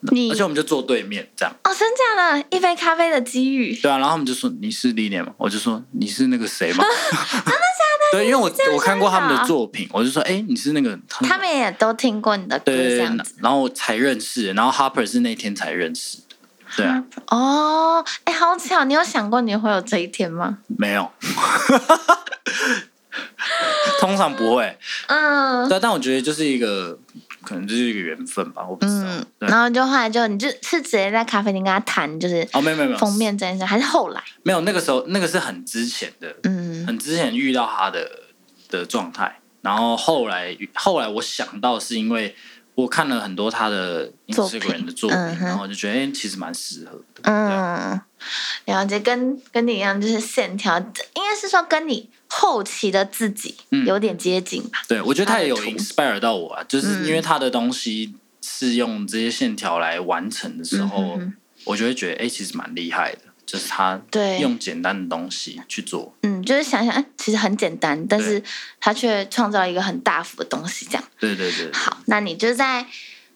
[SPEAKER 2] 你
[SPEAKER 3] 而且我们就坐对面这样。
[SPEAKER 2] 哦，真假的，一杯咖啡的机遇，
[SPEAKER 3] 对啊，然后他们就说你是李脸吗？我就说你是那个谁吗？ 真的假的？ 对，因为我我看过他们的作品，我就说哎、诶你是那个他
[SPEAKER 2] 他们也都听过你的歌
[SPEAKER 3] 对对
[SPEAKER 2] 这
[SPEAKER 3] 对，
[SPEAKER 2] 样
[SPEAKER 3] 然
[SPEAKER 2] 子。
[SPEAKER 3] 然后我才认识，然后 Harper 是那天才认识的。对啊，
[SPEAKER 2] 哦，哎，好巧！你有想过你会有这一天吗？
[SPEAKER 3] 没有， 通常不会。
[SPEAKER 2] 嗯
[SPEAKER 3] 对啊，但我觉得就是一个，可能就是一个缘分吧，我不知道。
[SPEAKER 2] 嗯，
[SPEAKER 3] 对
[SPEAKER 2] 然后就后来就你就是直接在咖啡厅跟他谈，就是
[SPEAKER 3] 哦，没有没有没有
[SPEAKER 2] 封面这件事，还是后来？
[SPEAKER 3] 没有，那个时候那个是很之前的，
[SPEAKER 2] 嗯
[SPEAKER 3] 很之前遇到他的的状态，然后后来后来我想到是因为我看了很多他的
[SPEAKER 2] 作品
[SPEAKER 3] Instagram 的作品，
[SPEAKER 2] 嗯哼
[SPEAKER 3] 然后我就觉得哎、诶其实蛮适合的。
[SPEAKER 2] 嗯，
[SPEAKER 3] 啊
[SPEAKER 2] 了解，跟跟你一样，就是线条，应该是说跟你后期的自己
[SPEAKER 3] 嗯
[SPEAKER 2] 有点接近吧。
[SPEAKER 3] 对，我觉得他也有
[SPEAKER 2] 他的图
[SPEAKER 3] inspire 到我啊，就是
[SPEAKER 2] 啊嗯
[SPEAKER 3] 因为他的东西是用这些线条来完成的时候，
[SPEAKER 2] 嗯哼哼
[SPEAKER 3] 我就会觉得哎、诶其实蛮厉害的，就是他
[SPEAKER 2] 对
[SPEAKER 3] 用简单的东西去做。
[SPEAKER 2] 嗯，就是想想，哎，其实很简单，但是他却创造了一个很大幅的东西，这样。
[SPEAKER 3] 对对对，对
[SPEAKER 2] 好，那你就在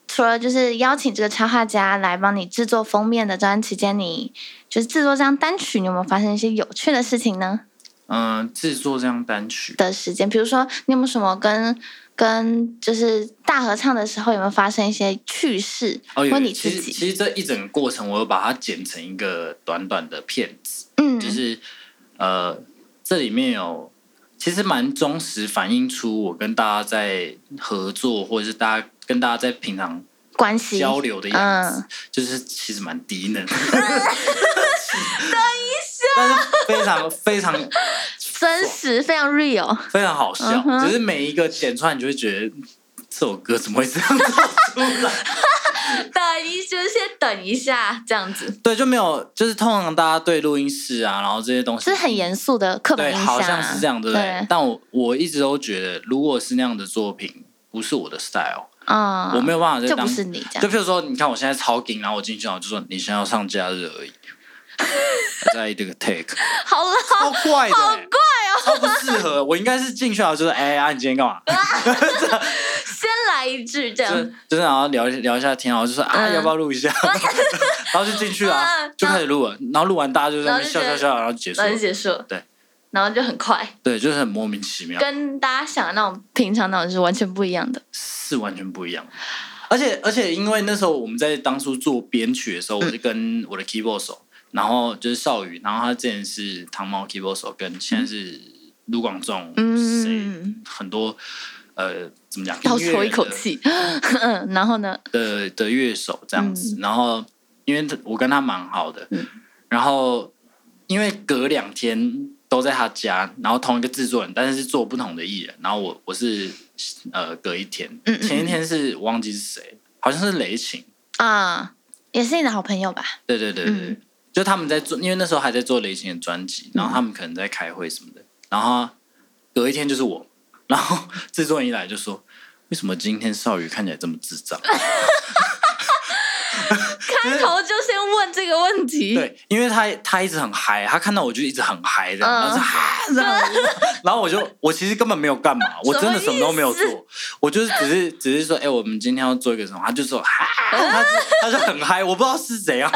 [SPEAKER 2] 除了就是邀请这个插画家来帮你制作封面的这段期间，你就是制作这张单曲，你有没有发生一些有趣的事情呢？
[SPEAKER 3] 嗯、制作这样单曲。
[SPEAKER 2] 的时间？比如说，你有没有什么跟跟就是大合唱的时候有没有发生一些趣事，
[SPEAKER 3] 哦，有
[SPEAKER 2] 或你
[SPEAKER 3] 其
[SPEAKER 2] 自
[SPEAKER 3] 实
[SPEAKER 2] 己？
[SPEAKER 3] 其实这一整个过程，我有把它剪成一个短短的片子，
[SPEAKER 2] 嗯
[SPEAKER 3] 就是呃，这里面有其实蛮忠实反映出我跟大家在合作，或者是大家跟大家在平常
[SPEAKER 2] 关系
[SPEAKER 3] 交流的样子，
[SPEAKER 2] 嗯
[SPEAKER 3] 就是其实蛮低能。等 一下，但是非常非常
[SPEAKER 2] 真实非常 real，
[SPEAKER 3] 非常好笑
[SPEAKER 2] 嗯，哼
[SPEAKER 3] 只是每一个剪出来，你就会觉得这首歌怎么会这样做 出来？
[SPEAKER 2] 等一就是先等一下这样子，
[SPEAKER 3] 对，就没有，就是通常大家对录音室啊，然后这些东西
[SPEAKER 2] 是很严肃的刻板
[SPEAKER 3] 对，
[SPEAKER 2] 印象啊、
[SPEAKER 3] 好像是这样，对不对？但我我一直都觉得，如果是那样的作品，不是我的 style，、
[SPEAKER 2] 嗯，
[SPEAKER 3] 我没有办法再
[SPEAKER 2] 就
[SPEAKER 3] 当。
[SPEAKER 2] 不是你这
[SPEAKER 3] 就
[SPEAKER 2] 样，
[SPEAKER 3] 譬如说，你看我现在超紧，然后我进去，然后就说你现在要上假日而已，我 在意这个 take，
[SPEAKER 2] 好了，
[SPEAKER 3] 超怪的、好怪哦，超不适合。我应该是进去然后就说，哎、啊，你今天干嘛？
[SPEAKER 2] 先来一句这
[SPEAKER 3] 就
[SPEAKER 2] 样，
[SPEAKER 3] 就是然后聊一聊一下天，然后就说啊，
[SPEAKER 2] 嗯
[SPEAKER 3] 要不要录一 下？然后就进去了、啊
[SPEAKER 2] 嗯，
[SPEAKER 3] 就开始录了。然后录完大家就在那边笑
[SPEAKER 2] 然
[SPEAKER 3] 笑
[SPEAKER 2] 后就觉得
[SPEAKER 3] 笑，然后就结束了
[SPEAKER 2] 然后。就结束，
[SPEAKER 3] 对，
[SPEAKER 2] 然后就很快，
[SPEAKER 3] 对，就是很莫名其妙，
[SPEAKER 2] 跟大家想的那种平常那种是完全不一样的，
[SPEAKER 3] 是完全不一样。而且而且，因为那时候我们在当初做编曲的时候，我是跟我的 keyboard 手，然后就是少宇，然后他之前是糖猫 keyboard 手，跟现在是卢广仲，谁
[SPEAKER 2] 嗯，
[SPEAKER 3] 很多呃怎么讲？
[SPEAKER 2] 倒
[SPEAKER 3] 音
[SPEAKER 2] 抽
[SPEAKER 3] 乐
[SPEAKER 2] 一口
[SPEAKER 3] 的
[SPEAKER 2] 气， 嗯，然后呢，
[SPEAKER 3] 的的乐手这样子，然后因为他我跟他蛮好的，
[SPEAKER 2] 嗯
[SPEAKER 3] 然后因为隔两天都在他家，然后同一个制作人，但是是做不同的艺人，然后我我是呃隔一天，
[SPEAKER 2] 嗯嗯
[SPEAKER 3] 前一天是我忘记是谁，好像是雷晴，
[SPEAKER 2] 啊、也是你的好朋友吧？
[SPEAKER 3] 对对对对，对
[SPEAKER 2] 嗯
[SPEAKER 3] 就他们在做，因为那时候还在做雷晴的专辑，然后他们可能在开会什么的，然后隔一天就是我，然后 制作人一来就说，为什么今天少宇看起来这么智障？
[SPEAKER 2] 开头就先问这个问题，
[SPEAKER 3] 对，因为他他一直很嗨，他看到我就一直很嗨这样，
[SPEAKER 2] 嗯
[SPEAKER 3] 然后就哈这样，然后我就我其实根本没有干嘛，我真的 什么都没有
[SPEAKER 2] 什
[SPEAKER 3] 做，我就是只是只是说，哎、我们今天要做一个什么，他就 说哈，他就他就很嗨，我不知道是怎 样，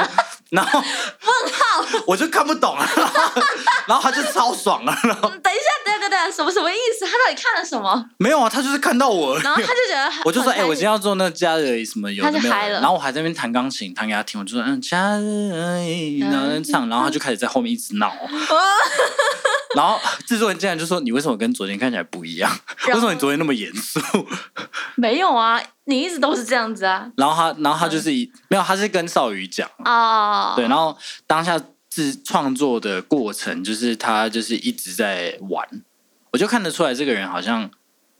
[SPEAKER 3] 然后问号，我就看不懂了，然后 然后他就超爽了， 然后
[SPEAKER 2] 嗯等一下，等一下，等一下，什么什么意思？他到底看了什么？
[SPEAKER 3] 没有啊，他就是看到我而已
[SPEAKER 2] 然后他就觉得很，
[SPEAKER 3] 我就说，
[SPEAKER 2] 很
[SPEAKER 3] 哎、
[SPEAKER 2] 开心
[SPEAKER 3] 我今天要做那假日什么有的
[SPEAKER 2] 他就
[SPEAKER 3] 没有
[SPEAKER 2] 嗨
[SPEAKER 3] 的，
[SPEAKER 2] 了
[SPEAKER 3] 然后我还在那边弹钢琴，弹给他听，我就说，嗯，假日而
[SPEAKER 2] 嗯
[SPEAKER 3] 已，然后在唱，然后他就开始在后面 一直闹，然后制作人竟然就说，你为什么跟昨天看起来不一样？为
[SPEAKER 2] 然后
[SPEAKER 3] 什么你昨天那么严肃？
[SPEAKER 2] 没有啊，你一直都是这样子啊，
[SPEAKER 3] 然后他，然后他就是一、没有，他是跟少宇讲，啊
[SPEAKER 2] 哦，
[SPEAKER 3] 对，然后当下制创作的过程，就是他就是一直在玩，我就看得出来这个人好像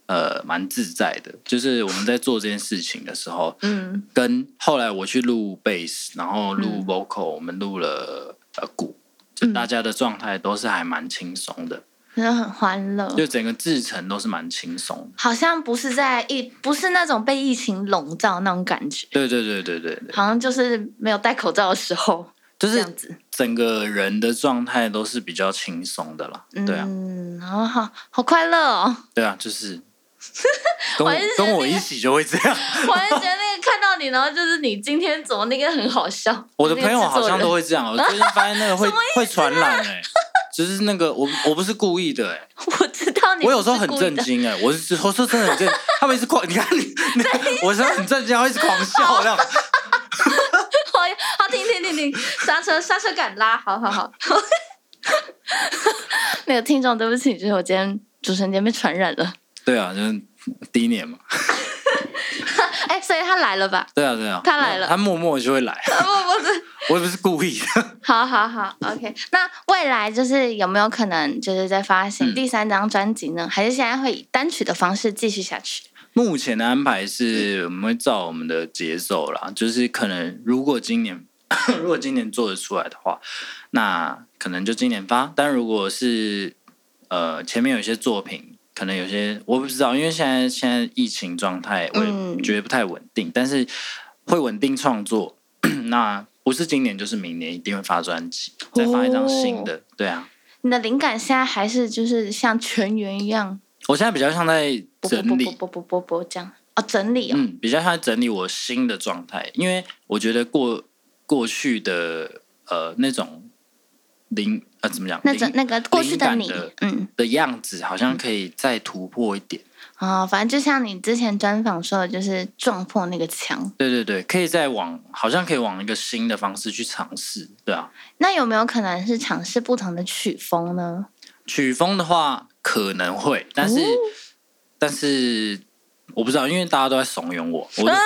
[SPEAKER 3] 呃蛮自在的，就是我们在做这件事情的时候，
[SPEAKER 2] 嗯
[SPEAKER 3] 跟后来我去录 bass，然后录
[SPEAKER 2] 嗯
[SPEAKER 3] vocal，、我们录了呃鼓，就
[SPEAKER 2] 嗯
[SPEAKER 3] 大家的状态都是还蛮轻松的，
[SPEAKER 2] 真的很欢乐，
[SPEAKER 3] 就整个制程都是蛮轻松的。
[SPEAKER 2] 好像不是在疫，不是那种被疫情笼罩那种感觉，
[SPEAKER 3] 对对对对对对，
[SPEAKER 2] 好像就是没有戴口罩的时候
[SPEAKER 3] 就
[SPEAKER 2] 这样
[SPEAKER 3] 是
[SPEAKER 2] 子，
[SPEAKER 3] 整个人的状态都是比较轻松的啦。对啊，
[SPEAKER 2] 嗯，然后好好快乐哦，
[SPEAKER 3] 对啊，就是跟
[SPEAKER 2] 我
[SPEAKER 3] 我
[SPEAKER 2] 还是觉得
[SPEAKER 3] 跟我
[SPEAKER 2] 那个
[SPEAKER 3] 一起就会 这样。
[SPEAKER 2] 我还是觉得那个看到你，然后就是你今天怎么那个很好笑，
[SPEAKER 3] 我的朋友好像都
[SPEAKER 2] 会
[SPEAKER 3] 会这样，我最近发现那 个会
[SPEAKER 2] 啊
[SPEAKER 3] 会传染哎、就是那个我我不是故意的哎、，
[SPEAKER 2] 我知道你，
[SPEAKER 3] 我有时候很震，惊哎、我是我说真的很震，他们一直狂，你看你，你我说很震惊，他会一直狂笑
[SPEAKER 2] 哦
[SPEAKER 3] 这样，
[SPEAKER 2] 好，好，停停停停，刹车刹车杆拉，好好好。那个听众，对不起，就是我今天主持人今天被传染了。
[SPEAKER 3] 对啊，就是第一年嘛，
[SPEAKER 2] 哎，所以他来了吧？
[SPEAKER 3] 对啊对啊，
[SPEAKER 2] 他来了
[SPEAKER 3] 他默默就会来，
[SPEAKER 2] 啊不不是，
[SPEAKER 3] 我也不是故意的，
[SPEAKER 2] 好好好，OK。那未来就是有没有可能就是在发行
[SPEAKER 3] 嗯
[SPEAKER 2] 第三张专辑呢？还是现在会以单曲的方式继续下去？
[SPEAKER 3] 目前的安排是我们会照我们的节奏啦，就是可能如果今年 如果今年做得出来的话，那可能就今年发，但如果是呃前面有一些作品。可能有些我不知道，因为现在现在疫情状态，我也
[SPEAKER 2] 嗯
[SPEAKER 3] 觉得不太稳定。但是会稳定创作， 那不是今年就是明年一定会发专辑，再发一张新的。对啊，
[SPEAKER 2] 你的灵感现在还是就是像全员一样，
[SPEAKER 3] 我现在比较像在
[SPEAKER 2] 啵啵
[SPEAKER 3] 整
[SPEAKER 2] 啵
[SPEAKER 3] 理
[SPEAKER 2] 啵啵啵啵啵这样哦，整理哦，
[SPEAKER 3] 嗯，比较像在整理我新的状态，因为我觉得过过去的呃那种灵呃怎么讲，
[SPEAKER 2] 那这
[SPEAKER 3] 灵
[SPEAKER 2] 那个过去的你
[SPEAKER 3] 灵感的，
[SPEAKER 2] 嗯，
[SPEAKER 3] 的样子好像可以再突破一点。
[SPEAKER 2] 哦，反正就像你之前专访说的，就是撞破那个墙。
[SPEAKER 3] 对对对，可以再往，好像可以往一个新的方式去尝试，对啊。
[SPEAKER 2] 那有没有可能是尝试不同的曲风呢？
[SPEAKER 3] 曲风的话可能会，但是、但是我不知道，因为大家都在怂恿我，我的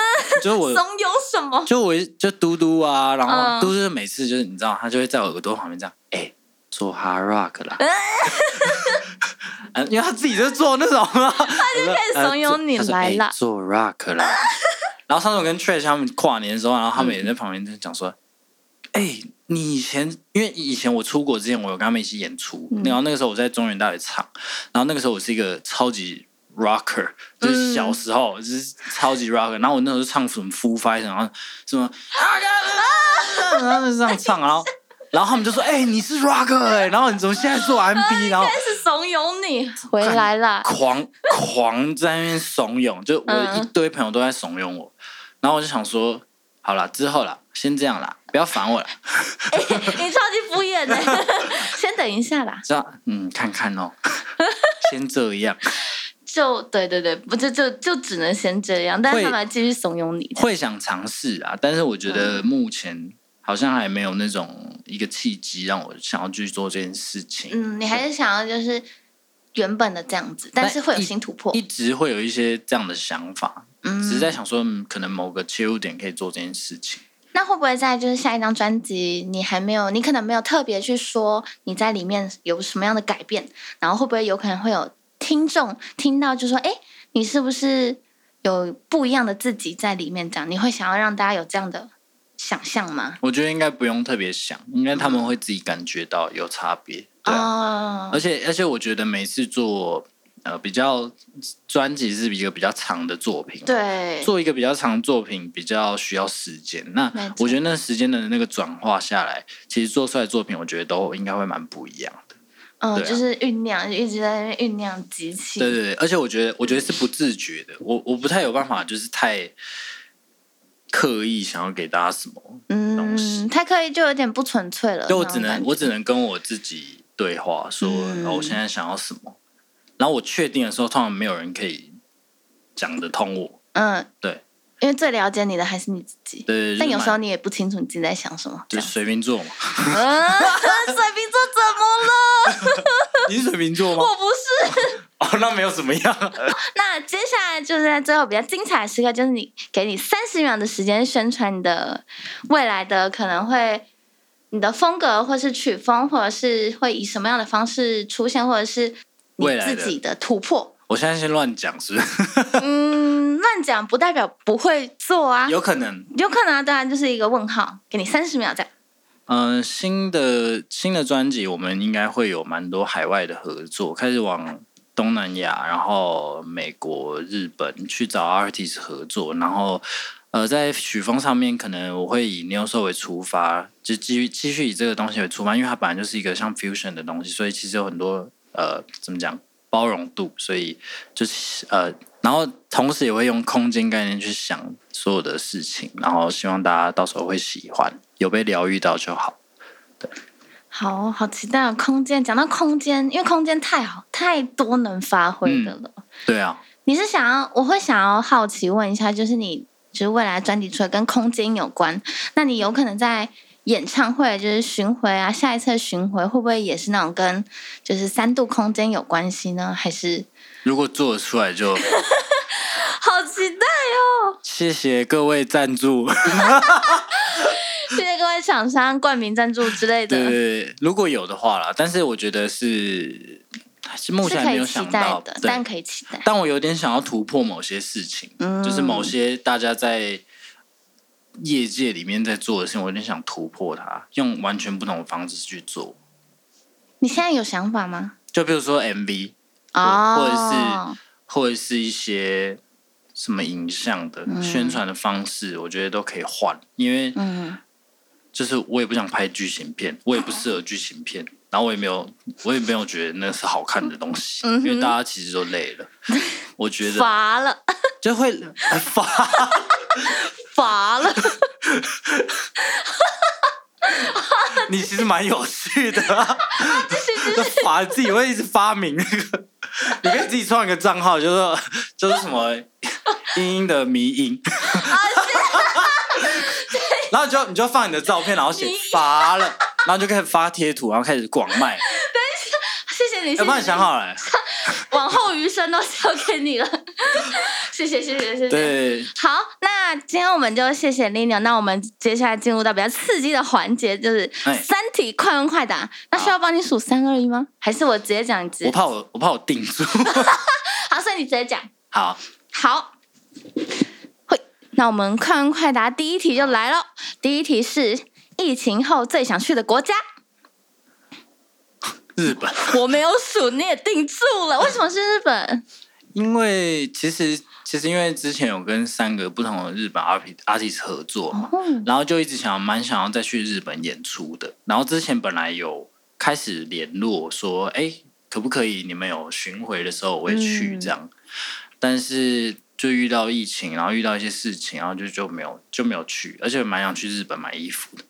[SPEAKER 3] 就是
[SPEAKER 2] 怂
[SPEAKER 3] 我
[SPEAKER 2] 恿什么？
[SPEAKER 3] 就我一就嘟嘟啊，然
[SPEAKER 2] 嗯
[SPEAKER 3] 后嘟嘟每次就是你知道，他就会在我耳朵旁边这样，哎、做 hard rock 啦。嗯因为他自己就做那种啊，他就
[SPEAKER 2] 开始怂恿你来啦
[SPEAKER 3] 做 rock 啦。然后上次我跟 Trash 他们跨年的时候，然后他们也在旁边就讲说：“哎、你以前因为以前我出国之前，我有跟他们一起演出，然后那个时候我在中原大学唱，然后那个时候我是一个超级 rocker，就是小时候、就是超级 rocker，然后我那时候唱什么 Foo Fighters，然后什么，然后就这样唱，然后然后他们就说：“哎、你是 rocker 哎、然后你怎么现在做 MB？” 然后
[SPEAKER 2] 是怂恿 你回来啦。
[SPEAKER 3] 狂狂在那边怂恿，就我一堆朋友都在怂恿我，然后我就想说，好了，之后啦，先这样啦，不要烦我了，
[SPEAKER 2] 你超级敷 衍的。先等一下啦，
[SPEAKER 3] 这样嗯，看看哦， 先这样，
[SPEAKER 2] 就对对对，不就就就只能先这样，但是
[SPEAKER 3] 会
[SPEAKER 2] 他们还继续怂恿你。
[SPEAKER 3] 会想尝试啊，但是我觉
[SPEAKER 2] 嗯
[SPEAKER 3] 得目前好像还没有那种一个契机让我想要去做这件事情，
[SPEAKER 2] 嗯，你还是想要就是原本的这样子，但是会有新突破
[SPEAKER 3] 一。直会有一些这样的想法，
[SPEAKER 2] 嗯，
[SPEAKER 3] 只是在想说，嗯可能某个切入点可以做这件事情。
[SPEAKER 2] 那会不会在就是下一张专辑，你还没有，你可能没有特别去说你在里面有什么样的改变，然后会不会有可能会有听众听到就说，哎，你是不是有不一样的自己在里面？这样你会想要让大家有这样的想象吗？
[SPEAKER 3] 我觉得应该不用特别想，应该他们会自己感觉到有差别。对啊、
[SPEAKER 2] 哦，
[SPEAKER 3] 而且而且我觉得每次做呃比较专辑是一个比较长的作品，，
[SPEAKER 2] 对，
[SPEAKER 3] 做一个比较长的作品比较需要时间。那
[SPEAKER 2] 没错
[SPEAKER 3] 我觉得那时间的那个转化下来，其实做出来的作品，我觉得都应该会蛮不一样的。
[SPEAKER 2] 嗯、
[SPEAKER 3] 对啊
[SPEAKER 2] 就是酝酿，一直在那边酝酿激情。
[SPEAKER 3] 对对对，而且我觉得我觉得是不自觉的，我我不太有办法，就是太刻意想要给大家什么，东西
[SPEAKER 2] 嗯，太刻意就有点不纯粹了。
[SPEAKER 3] 对我
[SPEAKER 2] 那
[SPEAKER 3] 只
[SPEAKER 2] 种感
[SPEAKER 3] 能
[SPEAKER 2] 觉
[SPEAKER 3] 我只能跟我自己对话，说、
[SPEAKER 2] 嗯
[SPEAKER 3] 哦，我现在想要什么，然后我确定的时候，通常没有人可以讲得通我。
[SPEAKER 2] 嗯，
[SPEAKER 3] 对，
[SPEAKER 2] 因为最了解你的还是你自己。
[SPEAKER 3] 对，
[SPEAKER 2] 但有时候
[SPEAKER 3] 你
[SPEAKER 2] 你也不清楚你自己在想什么。
[SPEAKER 3] 就是水 瓶座嘛，
[SPEAKER 2] 这样水瓶座怎么了？
[SPEAKER 3] 你是水瓶座吗？
[SPEAKER 2] 我不是。
[SPEAKER 3] 哦，那没有怎么样，
[SPEAKER 2] 那接下来就是在最后比较精彩的时刻，就是你给你三十秒的时间宣传你的未来的可能会你的风格，或是曲风，或者是会以什么样的方式出现，或者是你
[SPEAKER 3] 未
[SPEAKER 2] 自
[SPEAKER 3] 来的
[SPEAKER 2] 己的突破。
[SPEAKER 3] 我现在先乱讲是不是？
[SPEAKER 2] 嗯，乱讲不代表不会做啊，
[SPEAKER 3] 有可能，
[SPEAKER 2] 有可能啊，当然就是一个问号，给你三十秒这样。
[SPEAKER 3] 嗯、新的新的专辑，我们应该会有蛮多海外的合作，开始往东南亚，然后美国、日本去找 artist 合作，然后呃，在曲风上面，可能我会以 neo soul 为出发，就继续继续以这个东西为出发，因为它本来就是一个像 fusion 的东西，所以其实有很多呃，怎么讲包容度，所以就是呃，然后同时也会用空间概念去想所有的事情，然后希望大家到时候会喜欢，有被疗愈到就好。
[SPEAKER 2] 好好期待哦！空间讲到空间，因为空间太好太多能发挥的了。
[SPEAKER 3] 对啊，
[SPEAKER 2] 你是想要，我会想要好奇问一下，就是你就是未来专辑除了跟空间有关，那你有可能在演唱会就是巡回啊，下一次的巡回会不会也是那种跟就是三度空间有关系呢？还是
[SPEAKER 3] 如果做得出来就
[SPEAKER 2] 好期待哦！
[SPEAKER 3] 谢谢各位赞助。
[SPEAKER 2] 谢谢各位厂商冠名赞助之类的。
[SPEAKER 3] 对对对，如果有的话啦，但是我觉得是是目
[SPEAKER 2] 是
[SPEAKER 3] 前还
[SPEAKER 2] 可
[SPEAKER 3] 没有
[SPEAKER 2] 以期
[SPEAKER 3] 想
[SPEAKER 2] 待
[SPEAKER 3] 到
[SPEAKER 2] 的，，
[SPEAKER 3] 对
[SPEAKER 2] 但可以期待。
[SPEAKER 3] 但我有点想要突破某些事情，
[SPEAKER 2] 嗯
[SPEAKER 3] 就是某些大家在业界里面在做的事情，我有点想突破它，用完全不同的方式去做。
[SPEAKER 2] 你现在有想法吗？
[SPEAKER 3] 就比如说 MV，或者
[SPEAKER 2] 哦
[SPEAKER 3] 是，或者是一些什么影像的、宣传的方式，我觉得都可以换，因为
[SPEAKER 2] 嗯，
[SPEAKER 3] 就是我也不想拍剧情片，我也不适合剧情片，然后我也没有，我也没有觉得那是好看的东西，
[SPEAKER 2] 嗯哼
[SPEAKER 3] 因为大家其实都累 了，我觉得
[SPEAKER 2] 乏了，
[SPEAKER 3] 就会哎发。
[SPEAKER 2] 乏了。
[SPEAKER 3] 你其实蛮有 趣的、啊，这法自己会一直发明那个，你可以自己创一个账号，就是说 就是 什么英英的迷音，
[SPEAKER 2] 啊
[SPEAKER 3] 然后你就你就放你的照片，然后写发了，然后就开始发贴图，然后开始广卖，哎
[SPEAKER 2] 谢谢你，
[SPEAKER 3] 我帮
[SPEAKER 2] 谢
[SPEAKER 3] 你
[SPEAKER 2] 谢
[SPEAKER 3] 想
[SPEAKER 2] 你，
[SPEAKER 3] 好了、
[SPEAKER 2] 往后余生都交给你了， 谢谢谢谢谢谢。
[SPEAKER 3] 对，
[SPEAKER 2] 好，那今天我们就谢谢 Lino。那我们接下来进入到比较刺激的环节，就是
[SPEAKER 3] 哎
[SPEAKER 2] 三题快问快答。那需要帮你数三二一吗？还是我直接讲？直
[SPEAKER 3] 我
[SPEAKER 2] 接
[SPEAKER 3] 怕我我怕我定住，
[SPEAKER 2] 好，所以你直接讲。
[SPEAKER 3] 好，
[SPEAKER 2] 好，会。那我们快问快答，第一题就来喽。第一题是疫情后最想去的国家，
[SPEAKER 3] 日本。
[SPEAKER 2] 我没有数，你也定住了。为什么是日 本？
[SPEAKER 3] 因为其实其实因为之前有跟三个不同的日本 art artist 合作嘛，
[SPEAKER 2] 哦
[SPEAKER 3] 然后就一直想蛮想要再去日本演出的。然后之前本来有开始联络说，哎，可不可以你们有巡回的时候我会去
[SPEAKER 2] 嗯
[SPEAKER 3] 这样，但是就遇到疫情，然后遇到一些事情，然后就就没有就没有去，而且蛮想去日本买衣服的，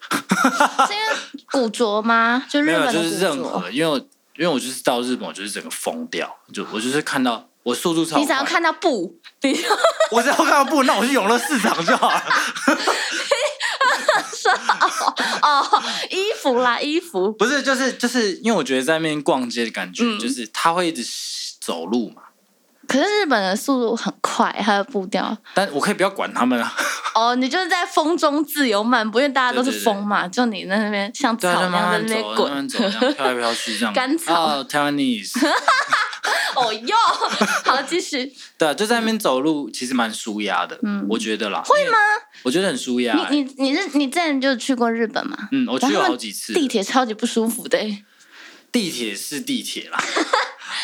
[SPEAKER 2] 是因为古着吗？就
[SPEAKER 3] 没
[SPEAKER 2] 日本
[SPEAKER 3] 有
[SPEAKER 2] 的
[SPEAKER 3] 就是任
[SPEAKER 2] 古着。
[SPEAKER 3] 何，因为我因为我就是到日本，我就是整个疯掉，就我就是看到我速度超快，
[SPEAKER 2] 你只要看到布，你就
[SPEAKER 3] 我只要看到布，那我去永乐市场就好了。
[SPEAKER 2] 哦，衣服啦，衣服。
[SPEAKER 3] 不是，就是就是因为我觉得在那边逛街的感觉，
[SPEAKER 2] 嗯
[SPEAKER 3] 就是他会一直走路嘛，
[SPEAKER 2] 可是日本的速度很快，它的步调。
[SPEAKER 3] 但我可以不要管他们啊，
[SPEAKER 2] 哦，你就是在风中自由漫步，因为大家都是风嘛，就你在那边像
[SPEAKER 3] 对
[SPEAKER 2] 草
[SPEAKER 3] 啊，
[SPEAKER 2] 那
[SPEAKER 3] 就慢
[SPEAKER 2] 样在那
[SPEAKER 3] 慢
[SPEAKER 2] 边
[SPEAKER 3] 走，
[SPEAKER 2] 滚
[SPEAKER 3] 慢慢。走，这样飘来飘去 这样。
[SPEAKER 2] 甘草
[SPEAKER 3] 啊，Taiwanese，
[SPEAKER 2] 哦哟， 好，继续。
[SPEAKER 3] 对啊，就在那边走路，其实蛮舒压的，
[SPEAKER 2] 嗯
[SPEAKER 3] 我觉得啦。会吗？我觉得很舒压、
[SPEAKER 2] 你
[SPEAKER 3] 欸。
[SPEAKER 2] 你你是你之前就去过日本吗？
[SPEAKER 3] 嗯，我去
[SPEAKER 2] 然后他
[SPEAKER 3] 了
[SPEAKER 2] 们
[SPEAKER 3] 好几次。
[SPEAKER 2] 地铁超级不舒服的、欸，
[SPEAKER 3] 地铁是地 铁啦，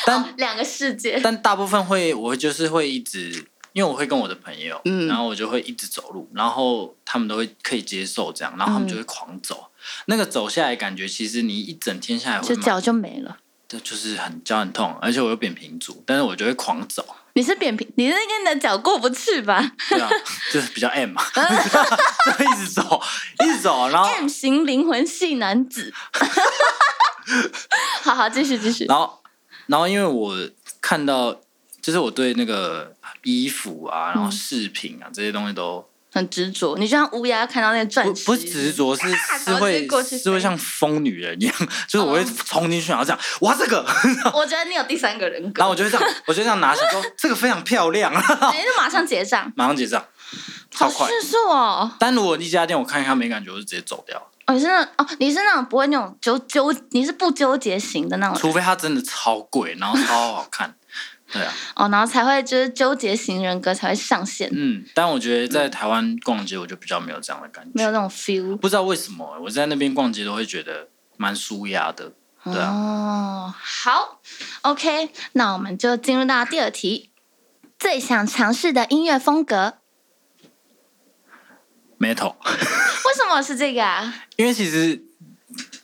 [SPEAKER 3] 但
[SPEAKER 2] 两个世界。
[SPEAKER 3] 但大部分会，我会就是会一直，因为我会跟我的朋友，
[SPEAKER 2] 嗯
[SPEAKER 3] 然后我就会一直走路，然后他们都会可以接受这样，然后他们
[SPEAKER 2] 嗯
[SPEAKER 3] 就会狂走。那个走下来感觉，其实你一整天下来会
[SPEAKER 2] 就
[SPEAKER 3] 蛮，
[SPEAKER 2] 脚就没了。
[SPEAKER 3] 就就是很脚很痛，而且我又扁平足，但是我就会狂走，
[SPEAKER 2] 你是扁平，你是跟你的脚过不去 吧
[SPEAKER 3] 对啊，就是比较 M 嘛， 就一直走，一直走，然后
[SPEAKER 2] 嗯？M 型灵魂系男 子。好好，继续继续。
[SPEAKER 3] 然后，然后因为我看到，就是我对那个衣服
[SPEAKER 2] 嗯
[SPEAKER 3] 啊，然后饰品啊、这些东西都
[SPEAKER 2] 很执着，你就像乌鸦看到那个钻
[SPEAKER 3] 不
[SPEAKER 2] 石，
[SPEAKER 3] 不是执着，是是
[SPEAKER 2] 然后
[SPEAKER 3] 会
[SPEAKER 2] 就过哦去
[SPEAKER 3] 是会
[SPEAKER 2] 塞
[SPEAKER 3] 像疯女人一样，就是我会冲进去，然后这样，哇这个，
[SPEAKER 2] 我觉得你有第三个人 格，
[SPEAKER 3] 然后我就 会这样，我就这样拿起来说，这个非常漂亮，啊
[SPEAKER 2] 哎，就马上结账，
[SPEAKER 3] 马上结账，
[SPEAKER 2] 好
[SPEAKER 3] 超快。
[SPEAKER 2] 迅速哦！
[SPEAKER 3] 但如果一家店我看一看没感觉，我就直接走掉，
[SPEAKER 2] 哦，你是那哦，你是那种不会那种纠纠，你是不纠结型的那种人
[SPEAKER 3] 除非它真的超贵，然后超好看。对啊，
[SPEAKER 2] 哦，然后才会就是纠结型人格才会上线，
[SPEAKER 3] 嗯，但我觉得在台湾逛街，我就比较没有这样的感
[SPEAKER 2] 没有
[SPEAKER 3] 觉，
[SPEAKER 2] 那种 feel。
[SPEAKER 3] 不知道为什么、我在那边逛街都会觉得蛮舒压的。对啊，
[SPEAKER 2] 哦，好，OK，那我们就进入到第二题，最想尝试的音乐风格，
[SPEAKER 3] metal，
[SPEAKER 2] 为什么是这个啊？
[SPEAKER 3] 因为其实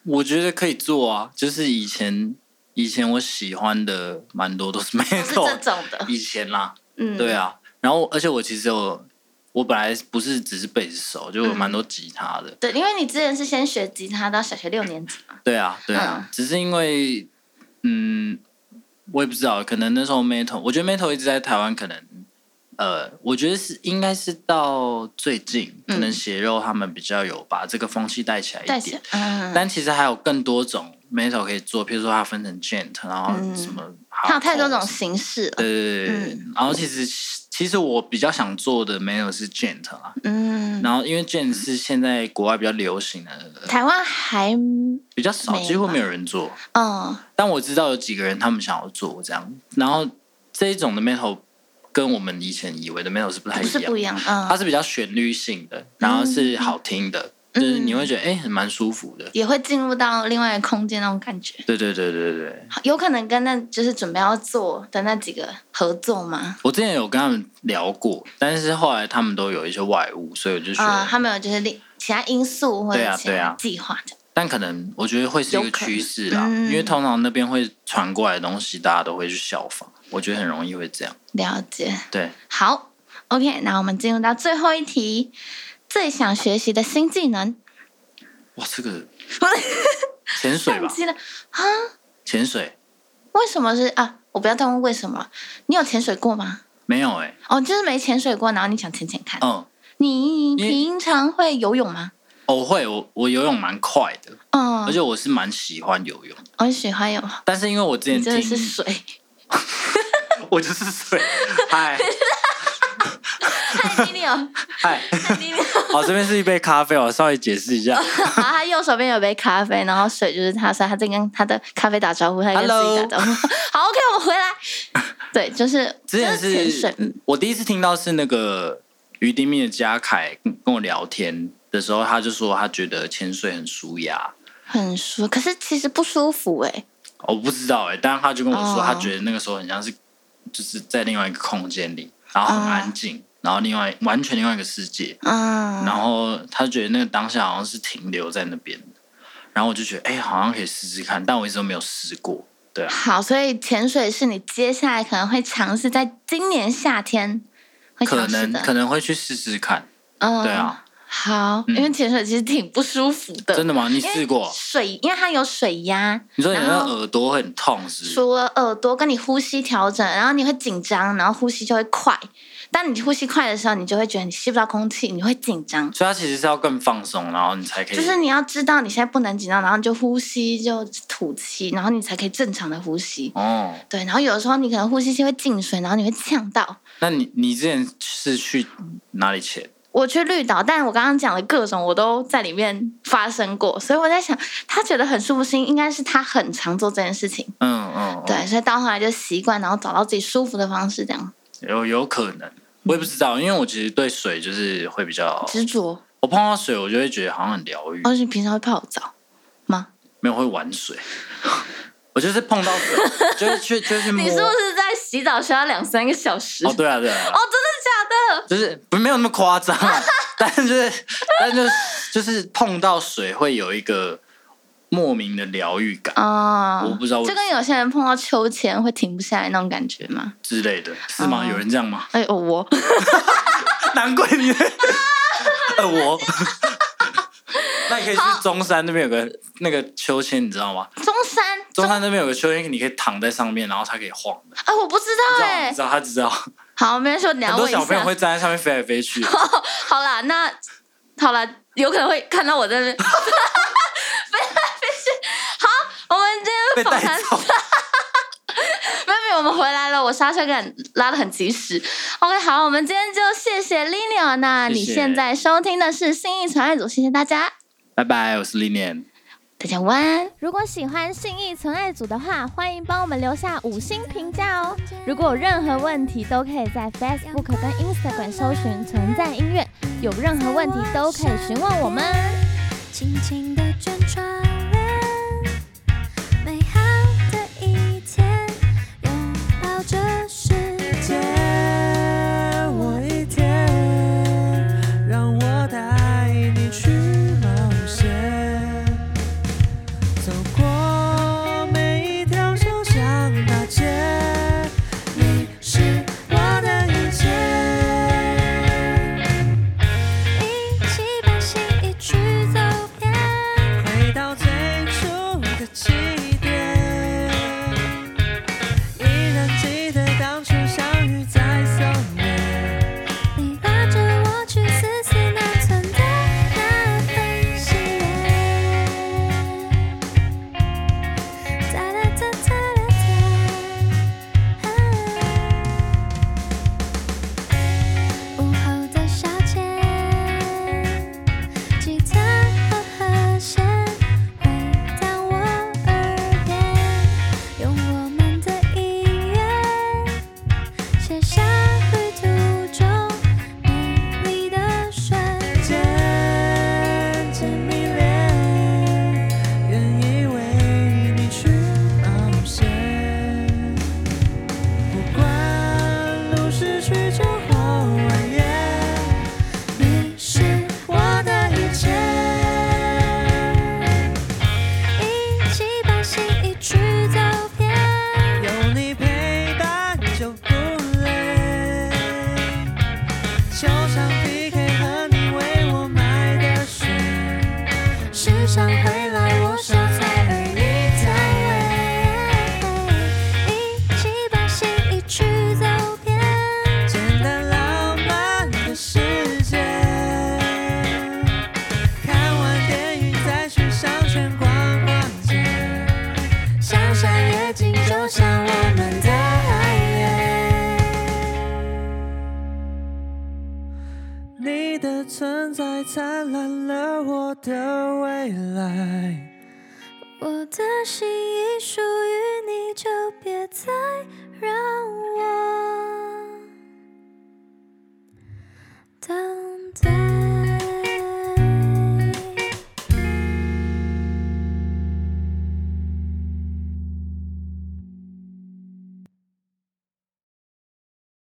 [SPEAKER 3] 我觉得可以做啊，就是以前以前我喜欢的蛮多都是
[SPEAKER 2] 是这
[SPEAKER 3] metal，
[SPEAKER 2] 种的，
[SPEAKER 3] 以前啦，
[SPEAKER 2] 嗯，
[SPEAKER 3] 对，啊，然后而且我其实有我本来不是只是贝斯手，就有蛮多吉他的，
[SPEAKER 2] 对，因为你之前是先学吉他到小学六年级嘛，
[SPEAKER 3] 对啊，对啊，只是因为嗯，我也不知道，可能那时候 metal，我觉得 metal 一直在台湾可能。呃，我觉得是应该是到最近，可能
[SPEAKER 2] 嗯
[SPEAKER 3] 血肉他们比较有把这个风气带起来
[SPEAKER 2] 对
[SPEAKER 3] 一点，，
[SPEAKER 2] 嗯，
[SPEAKER 3] 但其实还有更多种 metal 可以做，譬如说它分成 gent，然后
[SPEAKER 2] 嗯
[SPEAKER 3] 什么，
[SPEAKER 2] 它有太多种形式了，
[SPEAKER 3] 对对对对对
[SPEAKER 2] 嗯
[SPEAKER 3] 然后其实其实我比较想做的 metal 是 gent 啦，
[SPEAKER 2] 嗯，
[SPEAKER 3] 然后因为 gent 是现在国外比较流行的，
[SPEAKER 2] 台湾还
[SPEAKER 3] 比较少，
[SPEAKER 2] 没有
[SPEAKER 3] 几乎
[SPEAKER 2] 吧
[SPEAKER 3] 没有人做，
[SPEAKER 2] 嗯
[SPEAKER 3] 但我知道有几个人他们想要做这样，然后这一种的 metal 跟我们以前以为的 metal 是不太
[SPEAKER 2] 不
[SPEAKER 3] 一
[SPEAKER 2] 是
[SPEAKER 3] 样
[SPEAKER 2] 不
[SPEAKER 3] 的
[SPEAKER 2] 一。样，
[SPEAKER 3] 它
[SPEAKER 2] 嗯，
[SPEAKER 3] 是比较旋律性的，然后是好听的，就是
[SPEAKER 2] 嗯
[SPEAKER 3] 你会觉得哎、很蛮舒服的。
[SPEAKER 2] 也会进入到另外一个空间那种感觉，
[SPEAKER 3] 对对对对对，
[SPEAKER 2] 有可能跟那就是准备要做的那几个合作吗？
[SPEAKER 3] 我之前有跟他们聊过，但是后来他们都有一些外物，所以我就觉得，
[SPEAKER 2] 啊、他们有就是另其他因素或
[SPEAKER 3] 对
[SPEAKER 2] 者
[SPEAKER 3] 啊
[SPEAKER 2] 其
[SPEAKER 3] 对
[SPEAKER 2] 他
[SPEAKER 3] 啊
[SPEAKER 2] 计划这样，
[SPEAKER 3] 但可能我觉得会是一
[SPEAKER 2] 有
[SPEAKER 3] 个
[SPEAKER 2] 可能
[SPEAKER 3] 趋势啦，
[SPEAKER 2] 嗯
[SPEAKER 3] 因为通常那边会传过来的东西，大家都会去效仿，我觉得很容易会这样。
[SPEAKER 2] 了解。
[SPEAKER 3] 对，
[SPEAKER 2] 好，OK，那我们进入到最后一题，最想学习的新技能，
[SPEAKER 3] 哇，这个潜水
[SPEAKER 2] 忘
[SPEAKER 3] 吧，
[SPEAKER 2] 记了啊？
[SPEAKER 3] 潜水
[SPEAKER 2] 为什么是啊？我不要再问为什么。你有潜水过吗？
[SPEAKER 3] 没有哎、
[SPEAKER 2] 哦，就是没潜水过，然后你想潜潜看。
[SPEAKER 3] 嗯，
[SPEAKER 2] 你
[SPEAKER 3] 因为
[SPEAKER 2] 平常会游泳吗？
[SPEAKER 3] 哦我会，我我游泳蛮快的，
[SPEAKER 2] 嗯
[SPEAKER 3] 而，且我是蛮喜欢游泳，
[SPEAKER 2] 哦我很喜欢游，
[SPEAKER 3] 但是因为我之
[SPEAKER 2] 你
[SPEAKER 3] 前
[SPEAKER 2] 真的是
[SPEAKER 3] 听，
[SPEAKER 2] 水。
[SPEAKER 3] 我就是水，嗨
[SPEAKER 2] 太低了，
[SPEAKER 3] 嗨，
[SPEAKER 2] 太低了。
[SPEAKER 3] 好，这边是一杯咖啡，我稍微解释 一下
[SPEAKER 2] 好， 他右手边有杯咖啡，然后水就是他，所以他在跟他的咖啡打招呼，他在跟自己打招呼。 好，OK，我们回来。 对，就是
[SPEAKER 3] 之前
[SPEAKER 2] 就是潜水，嗯
[SPEAKER 3] 是我第一次听到是那个于丁密的嘉凯跟我聊天的时候，他就说他觉得潜水很舒压。
[SPEAKER 2] 很舒，可是其实不舒服哎、
[SPEAKER 3] 我不知道哎、但是他就跟我说，
[SPEAKER 2] 哦
[SPEAKER 3] 他觉得那个时候很像是就是在另外一个空间里，然后很安静，然后另外完全另外一个世界，
[SPEAKER 2] 哦嗯，
[SPEAKER 3] 然后他觉得那个当下好像是停留在那边的，然后我就觉得哎、好像可以试试看，但我一直都没有试过。对啊，
[SPEAKER 2] 好，所以潜水是你接下来可能会尝试在今年夏天会
[SPEAKER 3] 可
[SPEAKER 2] 尝试
[SPEAKER 3] 能
[SPEAKER 2] 的，
[SPEAKER 3] 可能会去试试看。
[SPEAKER 2] 嗯，
[SPEAKER 3] 对啊，
[SPEAKER 2] 好，
[SPEAKER 3] 嗯
[SPEAKER 2] 因为潜水其实挺不舒服的，
[SPEAKER 3] 真的吗？你
[SPEAKER 2] 因为
[SPEAKER 3] 试过？
[SPEAKER 2] 水，因为它有水压，
[SPEAKER 3] 你说你
[SPEAKER 2] 然
[SPEAKER 3] 的
[SPEAKER 2] 后
[SPEAKER 3] 耳朵会很痛是不是？
[SPEAKER 2] 除了耳朵跟你呼吸调整，然后你会紧张，然后呼吸就会快。当你呼吸快的时候，你就会觉得你吸不到空气，你会紧张。
[SPEAKER 3] 所以它其实是要更放松，然后你才可以。
[SPEAKER 2] 就是你要知道你现在不能紧张，然后你就呼吸就吐气，然后你才可以正常的呼吸。
[SPEAKER 3] 哦，
[SPEAKER 2] 对，然后有的时候你可能呼吸器会进水，然后你会呛到。
[SPEAKER 3] 那你你之前是去哪里潜？
[SPEAKER 2] 我去绿岛，但我刚刚讲的各种我都在里面发生过，所以我在想，他觉得很舒服是应该是他很常做这件事情，
[SPEAKER 3] 嗯嗯，嗯，
[SPEAKER 2] 对，所以到后来就习惯，然后找到自己舒服的方式，这样
[SPEAKER 3] 有有可能，我也不知道，因为我其实对水就是会比较，
[SPEAKER 2] 执着。
[SPEAKER 3] 我碰到水我就会觉得好像很疗愈，
[SPEAKER 2] 而且平常会泡澡吗？
[SPEAKER 3] 没有会玩水。 我就是碰到水，就是去就是去摸。
[SPEAKER 2] 你是不是在洗澡需要两三个小时？
[SPEAKER 3] 哦，对啊对啊，哦，真的假的？就是不没有那么夸张啊， 但是就是但就是就是碰到水会有一个莫名的疗愈感
[SPEAKER 2] 哦
[SPEAKER 3] 我不知道为
[SPEAKER 2] 就跟有些人碰到秋千会停不下来那种感觉吗？
[SPEAKER 3] 之类的，是吗？
[SPEAKER 2] 哦
[SPEAKER 3] 有人这样吗？
[SPEAKER 2] 哎、哦，我
[SPEAKER 3] 嗯 难怪你， 呃，我。 那你可以去中山那边有个那个秋千，你知道吗？
[SPEAKER 2] 中山
[SPEAKER 3] 中山那边有个秋千，你可以躺在上面，然后它可以晃的。
[SPEAKER 2] 啊，我不知
[SPEAKER 3] 你知
[SPEAKER 2] 道
[SPEAKER 3] 道吗？
[SPEAKER 2] 哎、
[SPEAKER 3] 你知道他知道，很
[SPEAKER 2] 好，没人说你要
[SPEAKER 3] 多
[SPEAKER 2] 问一
[SPEAKER 3] 小朋友
[SPEAKER 2] 下
[SPEAKER 3] 会。站在上面飞来飞去。
[SPEAKER 2] 好啦，那好啦，有可能会看到我在那边 飞来飞去。好，我们今
[SPEAKER 3] 被
[SPEAKER 2] 天访
[SPEAKER 3] 带
[SPEAKER 2] 谈
[SPEAKER 3] 走，
[SPEAKER 2] 妹妹，我们回来了。我刹车感拉的很及时。OK，好，我们今天就谢谢 l i n o 那
[SPEAKER 3] 谢谢
[SPEAKER 2] 你现在收听的是新意传爱组，谢谢大家，
[SPEAKER 3] 拜拜，我是李念。
[SPEAKER 2] 大家晚安。
[SPEAKER 1] 如果喜欢信义存爱组的话，欢迎帮我们留下五星评价哦。如果有任何问题，都可以在 Facebook 跟 Instagram 搜寻“存在音乐”，有任何问题都可以询问我们。轻轻地转窗帘，美好的一天，拥抱这世界。
[SPEAKER 4] 借我一天，让我带你去冒险，走过每一条小巷大街，你是我的一切。
[SPEAKER 1] 一起把心意去走遍。
[SPEAKER 4] 存在灿烂了我的未来。
[SPEAKER 1] 我的心已属于你，就别再让